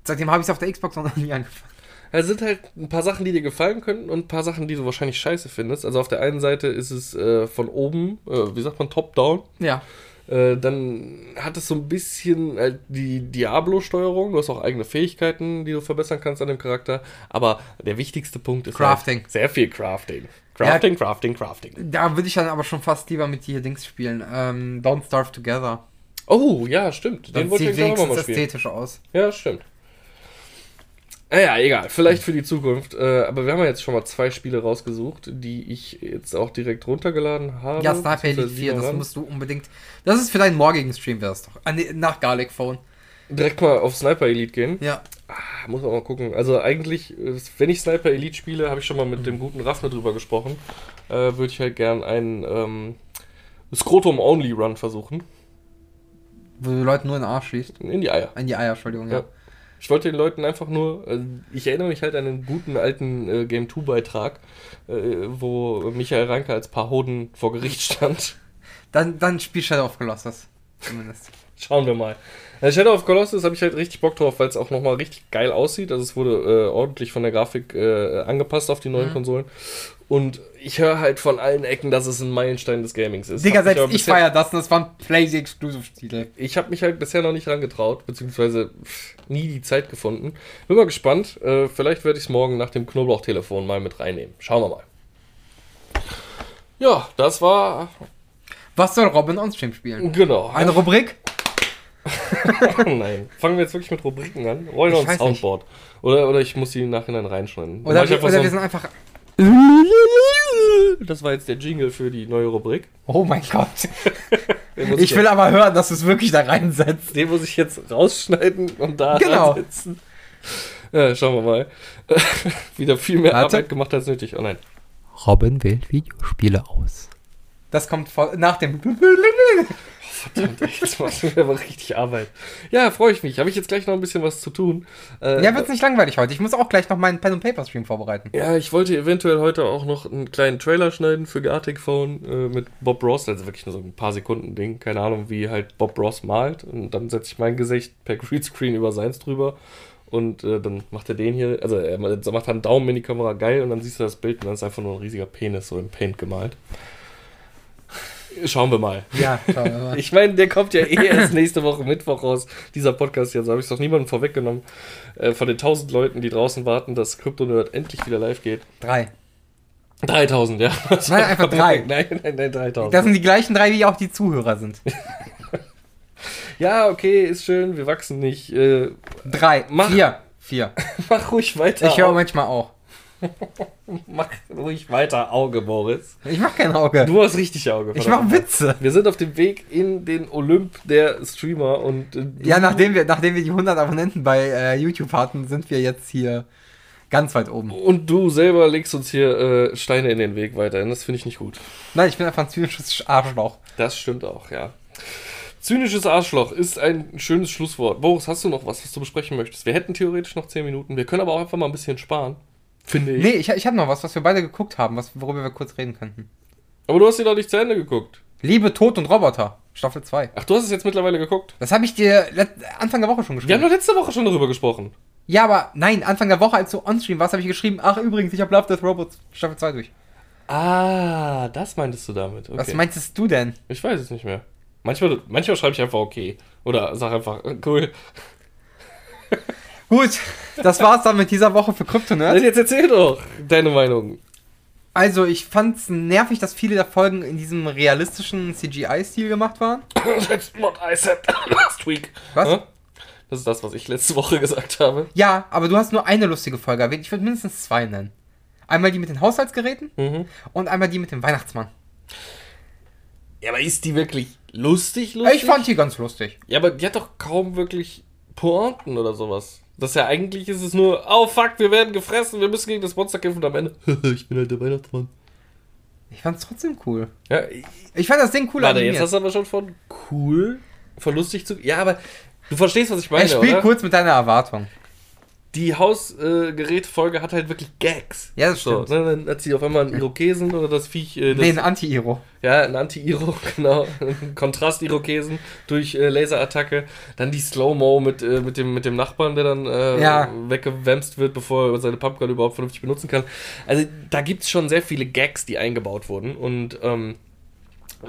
Seitdem habe ich es auf der Xbox noch nie angefangen.
Es sind halt ein paar Sachen, die dir gefallen könnten und ein paar Sachen, die du wahrscheinlich scheiße findest. Also auf der einen Seite ist es äh, von oben, äh, wie sagt man, top-down.
Ja.
Äh, dann hat es so ein bisschen äh, die Diablo-Steuerung. Du hast auch eigene Fähigkeiten, die du verbessern kannst an dem Charakter. Aber der wichtigste Punkt ist
Crafting.
Halt sehr viel Crafting. Crafting, Crafting, Crafting.
Da würde ich dann aber schon fast lieber mit dir Dings spielen. Ähm, Don't Starve Together.
Oh, ja, stimmt. Den
Dann
wollte
sieht
ich auch noch
wenigstens
mal spielen.
ästhetisch aus.
Ja, stimmt. Naja, egal. Vielleicht für die Zukunft. Äh, aber wir haben ja jetzt schon mal zwei Spiele rausgesucht, die ich jetzt auch direkt runtergeladen habe.
Ja, Starfire Elite
beziehungsweise die
4, das
waren.
musst du unbedingt. Das ist für deinen morgigen Stream, wäre es doch. Ah, nee, nach Garlic Phone.
Direkt mal auf Sniper Elite gehen.
Ja.
Ah, muss man mal gucken. Also eigentlich, äh, wenn ich Sniper Elite spiele, habe ich schon mal mit dem guten Raffner drüber gesprochen. Äh, Würde ich halt gern einen ähm, Scrotum-Only-Run versuchen.
Wo du Leuten nur in den Arsch schießt.
In die Eier.
In die Eier, Entschuldigung,
Ja.
ja.
Ich wollte den Leuten einfach nur, äh, ich erinnere mich halt an einen guten alten äh, Game 2 Beitrag, äh, wo Michael Ranke als Paroden vor Gericht *laughs* stand.
Dann, dann spiel Shadow of Colossus.
*laughs*
Zumindest.
Schauen wir mal. Äh, Shadow of Colossus habe ich halt richtig Bock drauf, weil es auch nochmal richtig geil aussieht. Also es wurde äh, ordentlich von der Grafik äh, angepasst auf die neuen
Mhm.
Konsolen. Und ich höre halt von allen Ecken, dass es ein Meilenstein des Gamings ist.
Digga,
Hab mich aber
selbst ich
bisher-
feier das und das war ein PlayStation Exclusive Titel.
ich habe mich halt bisher noch nicht rangetraut, beziehungsweise pff, nie die Zeit gefunden. Bin mal gespannt. Äh, vielleicht werde ich es morgen nach dem Knoblauchtelefon mal mit reinnehmen. Schauen wir mal. Ja, das war.
Was soll Robin on Stream spielen?
Genau.
Eine Rubrik?
Oh Nein. Fangen wir jetzt wirklich mit Rubriken an. Roller
Ich
und
weiß
Soundboard. Oder, oder ich muss die im Nachhinein reinschneiden. Dann
Oder,
mach ich
wir,
einfach
oder
so
wir
ein-
sind einfach.
*laughs* das war jetzt der Jingle für die neue Rubrik.
Oh mein Gott.
Den muss
*laughs* Ich will
jetzt,
aber hören, dass du es wirklich da reinsetzt.
den muss ich jetzt rausschneiden und da
Genau.
reinsetzen. Ja, schauen wir mal. *laughs* Wieder viel mehr
Warte.
Arbeit gemacht als nötig. Oh nein.
Robin wählt Videospiele aus. Das kommt vor, nach dem. *laughs*
Verdammt, ey, jetzt machst du mir aber richtig Arbeit. Ja, freue ich mich. Habe ich jetzt gleich noch ein bisschen was zu tun. Äh,
Ja, wird's nicht langweilig heute. Ich muss auch gleich noch meinen Pen and Paper Stream vorbereiten.
ja, ich wollte eventuell heute auch noch einen kleinen Trailer schneiden für Gartic Phone äh, mit Bob Ross. Also wirklich nur so ein paar Sekunden Ding. Keine Ahnung, wie halt Bob Ross malt. Und dann setze ich mein Gesicht per *laughs* Greenscreen über seins drüber. Und äh, dann macht er den hier, also er macht dann einen Daumen in die Kamera, geil. Und dann siehst du das Bild und dann ist einfach nur ein riesiger Penis so im Paint gemalt. Schauen wir mal.
Ja, schauen wir mal.
Ich meine, der kommt ja eh erst nächste Woche Mittwoch raus, dieser Podcast hier. Also habe ich es doch niemandem vorweggenommen. Äh, von den 1000 Leuten, die draußen warten, dass Crypto Nerd endlich wieder live geht.
*laughs* Drei.
3000, ja. *laughs*
Nein, einfach drei.
Nein, nein, nein, 3000.
Das sind die gleichen drei, wie auch die Zuhörer sind.
ja, okay, ist schön, wir wachsen nicht. Äh, *laughs*
Drei.
Mach.
Vier. Vier.
mach ruhig weiter.
Ich höre
Au-
manchmal auch.
mach ruhig weiter Auge, Boris.
Ich mach kein Auge.
Du hast richtig Auge.
Ich
verdammt.
mach Witze.
Wir sind auf dem Weg in den Olymp der Streamer und äh, du-
Ja, nachdem wir, nachdem wir die 100 Abonnenten bei äh, YouTube hatten, sind wir jetzt hier ganz weit oben.
und du selber legst uns hier äh, Steine in den Weg weiterhin. Das finde ich nicht gut.
Nein, ich bin einfach ein zynisches Arschloch.
Das stimmt auch, ja. Zynisches Arschloch ist ein schönes Schlusswort. Boris, hast du noch was, was du besprechen möchtest? Wir hätten theoretisch noch 10 Minuten. Wir können aber auch einfach mal ein bisschen sparen. Finde ich.
Nee, ich, ich habe noch was, was wir beide geguckt haben, was, worüber wir kurz reden könnten.
Aber du hast sie doch nicht zu Ende geguckt.
Liebe, Tod und Roboter, Staffel 2.
Ach, du hast es jetzt mittlerweile geguckt.
Das habe ich dir let- Anfang der Woche schon
Wir haben
geschrieben.
doch letzte Woche schon darüber gesprochen.
Ja, aber nein, Anfang der Woche, als du onstream warst, habe ich geschrieben, ach übrigens, ich habe Love Death Robots Staffel 2 durch.
Ah, das meintest du damit. Okay.
Was meintest du denn?
Ich weiß es nicht mehr. Manchmal, manchmal schreibe ich einfach okay. Oder sag einfach äh, cool.
Gut, *laughs* das war's dann mit dieser Woche für Kryptonerds.
Dann jetzt erzähl doch deine *coughs* Meinung.
Also, ich fand's nervig, dass viele der Folgen in diesem realistischen CGI-Stil gemacht waren.
That's what I said *coughs* last week.
Was?
Hä? Das ist das, was ich letzte Woche gesagt habe.
Ja, aber du hast nur eine lustige Folge erwähnt. Ich würde mindestens zwei nennen. Einmal die mit den Haushaltsgeräten
Mhm.
und einmal die mit dem Weihnachtsmann.
Ja, aber ist die wirklich lustig, lustig?
Ich fand die ganz lustig.
Ja, aber die hat doch kaum wirklich Pointen oder sowas. Das ist ja eigentlich ist es nur, oh fuck, wir werden gefressen, wir müssen gegen das Monster kämpfen und am Ende, *laughs* ich bin halt der Weihnachtsmann.
Ich fand's trotzdem cool.
Ja, ich-
Ich fand das Ding cool
warte,
animiert.
jetzt hast du aber schon von cool, von lustig zu. Ja, aber du verstehst, was ich meine,
Er spielt
oder?
kurz mit deiner Erwartung.
Die Hausgerätefolge hat halt wirklich Gags.
Ja, das
so,
stimmt.
ne, dann hat sie auf einmal einen Irokesen oder das Viech, äh, das,
Nee, ein Anti-Hero.
Ja, ein Anti-Iro, *laughs* genau. Ein Kontrast-Irokesen durch äh, Laserattacke. Dann die Slow-Mo mit, äh, mit, dem, mit dem Nachbarn, der dann äh,
Ja.
weggewämst wird, bevor er seine Pumpgun überhaupt vernünftig benutzen kann. Also da gibt es schon sehr viele Gags, die eingebaut wurden. Und ähm,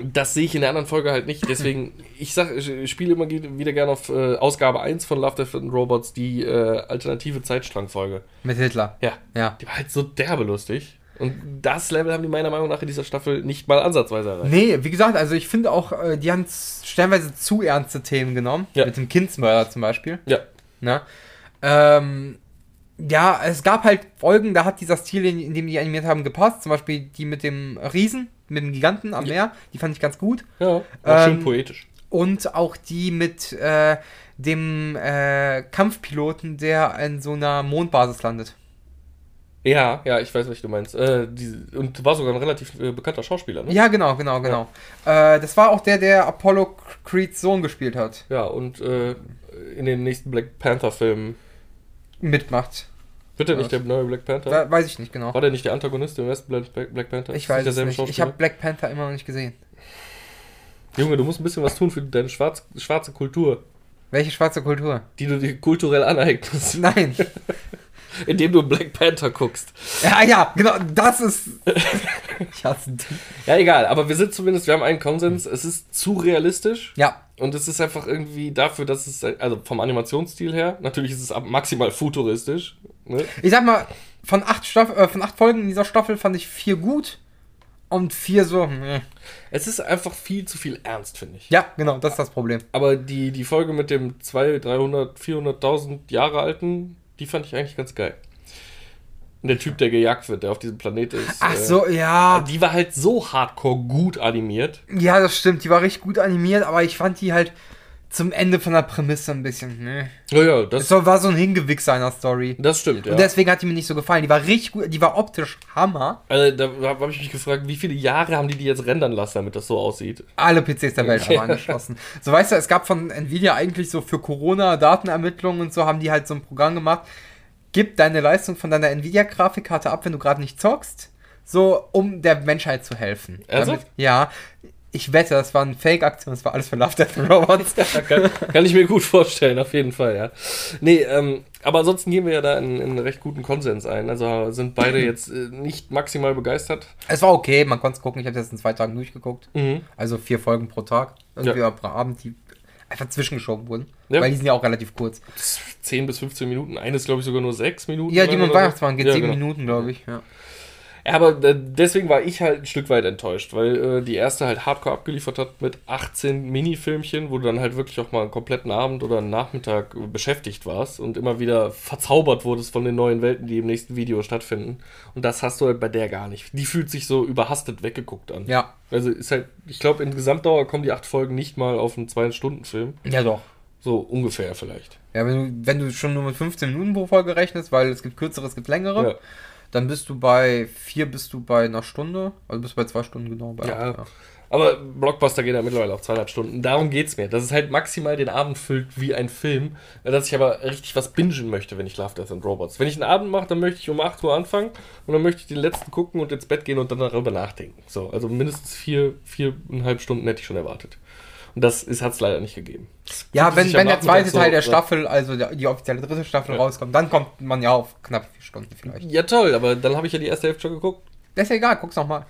das sehe ich in der anderen Folge halt nicht. Deswegen, ich sag, ich spiele immer ge- wieder gerne auf äh, Ausgabe 1 von Love, Death and Robots, die äh, alternative Zeitstrangfolge.
Mit Hitler.
Ja,
Ja.
die war halt so derbe lustig. Und das Level haben die meiner Meinung nach in dieser Staffel nicht mal ansatzweise erreicht.
Nee, wie gesagt, also ich finde auch, äh, die haben stellenweise zu ernste Themen genommen.
Ja.
Mit dem Kindsmörder zum Beispiel.
Ja,
Ne? Ähm, ja, es gab halt Folgen, da hat dieser Stil, in, in dem die animiert haben, gepasst. Zum Beispiel die mit dem Riesen, mit dem Giganten am Meer. Die fand ich ganz gut.
Ja,
Ähm,
war schön poetisch.
Und auch die mit äh, dem äh, Kampfpiloten, der in so einer Mondbasis landet.
Ja, ja, ich weiß, was du meinst. Äh, die, und war sogar ein relativ äh, bekannter Schauspieler, ne?
Ja, genau, genau, genau. Äh, das war auch der, der Apollo Creeds Sohn gespielt hat.
Ja, und äh, in den nächsten Black Panther-Filmen.
Mitmacht.
Wird der nicht der neue Black Panther?
We- Weiß ich nicht genau.
War der nicht der Antagonist im ersten Black, Black Black Panther?
Ich
Ist das
weiß es
derselbe
nicht. Ich
Schauspieler?
habe Black Panther immer noch nicht gesehen.
Junge, du musst ein bisschen was tun für deine schwarz, schwarze Kultur,
Welche schwarze Kultur?
die du dir kulturell aneignest,
Nein.
*laughs* indem du Black Panther guckst.
ja, ja, genau, das ist. *laughs* ich hasse dich.
Ja, egal, aber wir sind zumindest, wir haben einen Konsens. Es ist zu realistisch.
Ja,
Und es ist einfach irgendwie dafür, dass es, also vom Animationsstil her, natürlich ist es ab- maximal futuristisch.
*laughs*
Ne?
ich sag mal, von acht, Staff äh, von acht Folgen in dieser Staffel fand ich vier gut und vier so. meh.
Es ist einfach viel zu viel ernst, finde ich.
Ja, genau, das ist das Problem.
Aber die, die Folge mit dem 200, 300, 400.000 Jahre alten, die fand ich eigentlich ganz geil. Und der Typ, der gejagt wird, der auf diesem Planet ist.
Ach
äh,
so, ja.
Die war halt so hardcore gut animiert.
Ja, das stimmt. Die war richtig gut animiert, aber ich fand die halt zum Ende von der Prämisse ein bisschen. Ne?
Ja, ja,
Es
das,
war war so ein Hingewichs seiner Story.
das stimmt, ja.
Und deswegen hat die mir nicht so gefallen. Die war richtig gut, die war optisch Hammer.
also, da habe hab ich mich gefragt, wie viele Jahre haben die die jetzt rendern lassen, damit das so aussieht?
Alle PCs der Welt haben angeschlossen. So weißt du, es gab von Nvidia eigentlich so für Corona-Datenermittlungen und so haben die halt so ein Programm gemacht. Gib deine Leistung von deiner Nvidia-Grafikkarte ab, wenn du gerade nicht zockst. So, um der Menschheit zu helfen.
Ernsthaft?
ja. Ich wette, das war eine Fake-Aktion, das war alles für Love Death
*laughs*
and Robots.
kann, kann ich mir gut vorstellen, auf jeden Fall, ja. Nee, ähm, aber ansonsten gehen wir ja da in, in einen recht guten Konsens ein. Also sind
*clears throat*
beide jetzt äh, nicht maximal begeistert.
Es war okay, man konnte es gucken. Ich habe das in zwei Tagen durchgeguckt.
Mhm.
Also vier Folgen pro Tag. Irgendwie
Ja.
pro Abend, die einfach zwischengeschoben wurden.
Ja.
Weil die sind ja auch relativ kurz.
10 bis 15 Minuten, eines glaube ich sogar nur 6 Minuten.
Ja, die
lang
mit dem
oder so.
Weihnachtsmann geht
Ja,
sieben
genau.
Minuten, glaube ich. Ja.
Ja, aber äh, deswegen war ich halt ein Stück weit enttäuscht, weil äh, die erste halt hardcore abgeliefert hat mit 18 Minifilmchen, wo du dann halt wirklich auch mal einen kompletten Abend oder einen Nachmittag äh, beschäftigt warst und immer wieder verzaubert wurdest von den neuen Welten, die im nächsten Video stattfinden. Und das hast du halt bei der gar nicht. Die fühlt sich so überhastet weggeguckt an.
Ja.
Also ist halt, ich glaube, in Gesamtdauer kommen die acht Folgen nicht mal auf einen 2-Stunden-Film.
Ja, doch.
So ungefähr vielleicht.
Ja, wenn du, wenn du schon nur mit 15 Minuten pro Folge rechnest, weil es gibt kürzere, es gibt längere,
Ja.
dann bist du bei vier, bist du bei einer Stunde, also bist du bei zwei Stunden genau. Bei
Ja.
acht,
Aber Blockbuster geht ja mittlerweile auf zweieinhalb Stunden. Darum geht's mir. Dass es halt maximal den Abend füllt wie ein Film. Dass ich aber richtig was bingen möchte, wenn ich Love, Death and Robots. Wenn ich einen Abend mache, dann möchte ich um 8 Uhr anfangen und dann möchte ich den letzten gucken und ins Bett gehen und dann darüber nachdenken. So, also mindestens vier, viereinhalb Stunden hätte ich schon erwartet. Und das hat es leider nicht gegeben.
Ja, wenn,
sich
wenn
am
der zweite
Nachmittag so,
Teil der
ne?
Staffel, also der, die offizielle dritte Staffel
Ja.
rauskommt, dann kommt man ja auf knapp vier Stunden vielleicht.
Ja, toll, aber dann habe ich ja die erste Hälfte schon geguckt.
Das ist ja egal, guck's nochmal.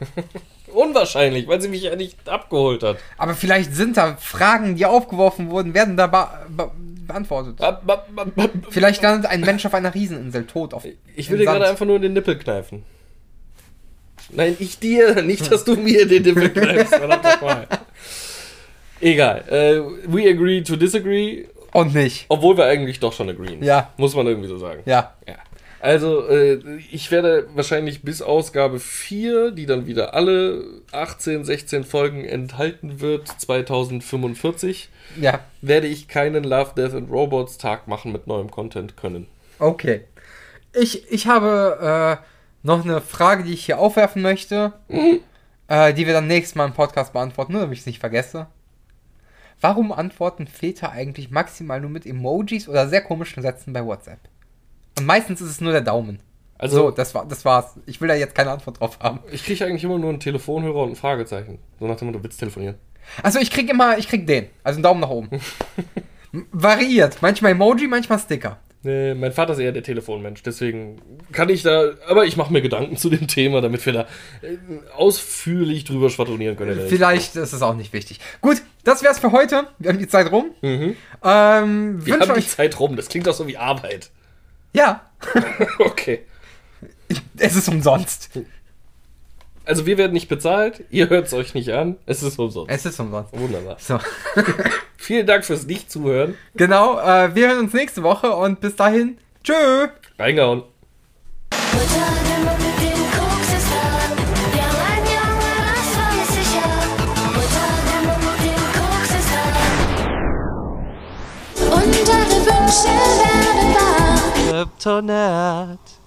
Unwahrscheinlich, weil sie mich ja nicht abgeholt hat.
Aber vielleicht sind da Fragen, die aufgeworfen wurden, werden da be be beantwortet.
Ba- ba- ba- ba- ba-
Vielleicht landet ein Mensch auf einer Rieseninsel tot. Auf,
Ich
im
will dir
Sand.
gerade einfach nur in den Nippel kneifen. Nein, ich dir, nicht, dass du mir den Nippel
*laughs*
kneifst. verdammt nochmal. Egal. Äh, we agree to disagree,
Und nicht.
obwohl wir eigentlich doch schon agreen.
Ja.
Muss man irgendwie so sagen.
Ja.
Ja. Also, äh, ich werde wahrscheinlich bis Ausgabe 4, die dann wieder alle 18, 16 Folgen enthalten wird, 2045,
Ja.
werde ich keinen Love, Death and Robots Tag machen mit neuem Content können.
Okay. Ich, ich habe äh, noch eine Frage, die ich hier aufwerfen möchte, äh, die wir dann nächstes Mal im Podcast beantworten, nur damit ich es nicht vergesse. Warum antworten Väter eigentlich maximal nur mit Emojis oder sehr komischen Sätzen bei WhatsApp? Und meistens ist es nur der Daumen.
Also,
So, das, war, das war's. Ich will da jetzt keine Antwort drauf haben.
ich kriege eigentlich immer nur einen Telefonhörer und ein Fragezeichen. So nach dem Motto, willst du telefonieren?
Also ich krieg immer, ich krieg den. Also einen Daumen nach oben. M- Variiert. Manchmal Emoji, manchmal Sticker.
Nee, mein Vater ist eher der Telefonmensch, deswegen kann ich da, aber ich mache mir Gedanken zu dem Thema, damit wir da äh, ausführlich drüber schwadronieren können.
Vielleicht ist es auch nicht wichtig. Gut, das wär's für heute. Wir haben die Zeit rum.
Mhm.
Ähm,
Wir
wünsche
haben die
euch.
Zeit rum, das klingt auch so wie Arbeit. *laughs*
Ja, *laughs*
Okay.
es ist umsonst.
Also wir werden nicht bezahlt, ihr hört es euch nicht an, es ist umsonst.
Es ist umsonst.
Wunderbar.
So. *laughs*
Vielen Dank fürs Nicht-Zuhören.
Genau, äh, wir hören uns nächste Woche und bis dahin. Tschö!
Reingehauen.
Bocadan öpüp koksuzdan Yalan yalan asfaya sıçan Bocadan öpüp koksuzdan Unter der Wünsche werden wahr
Kryptonite.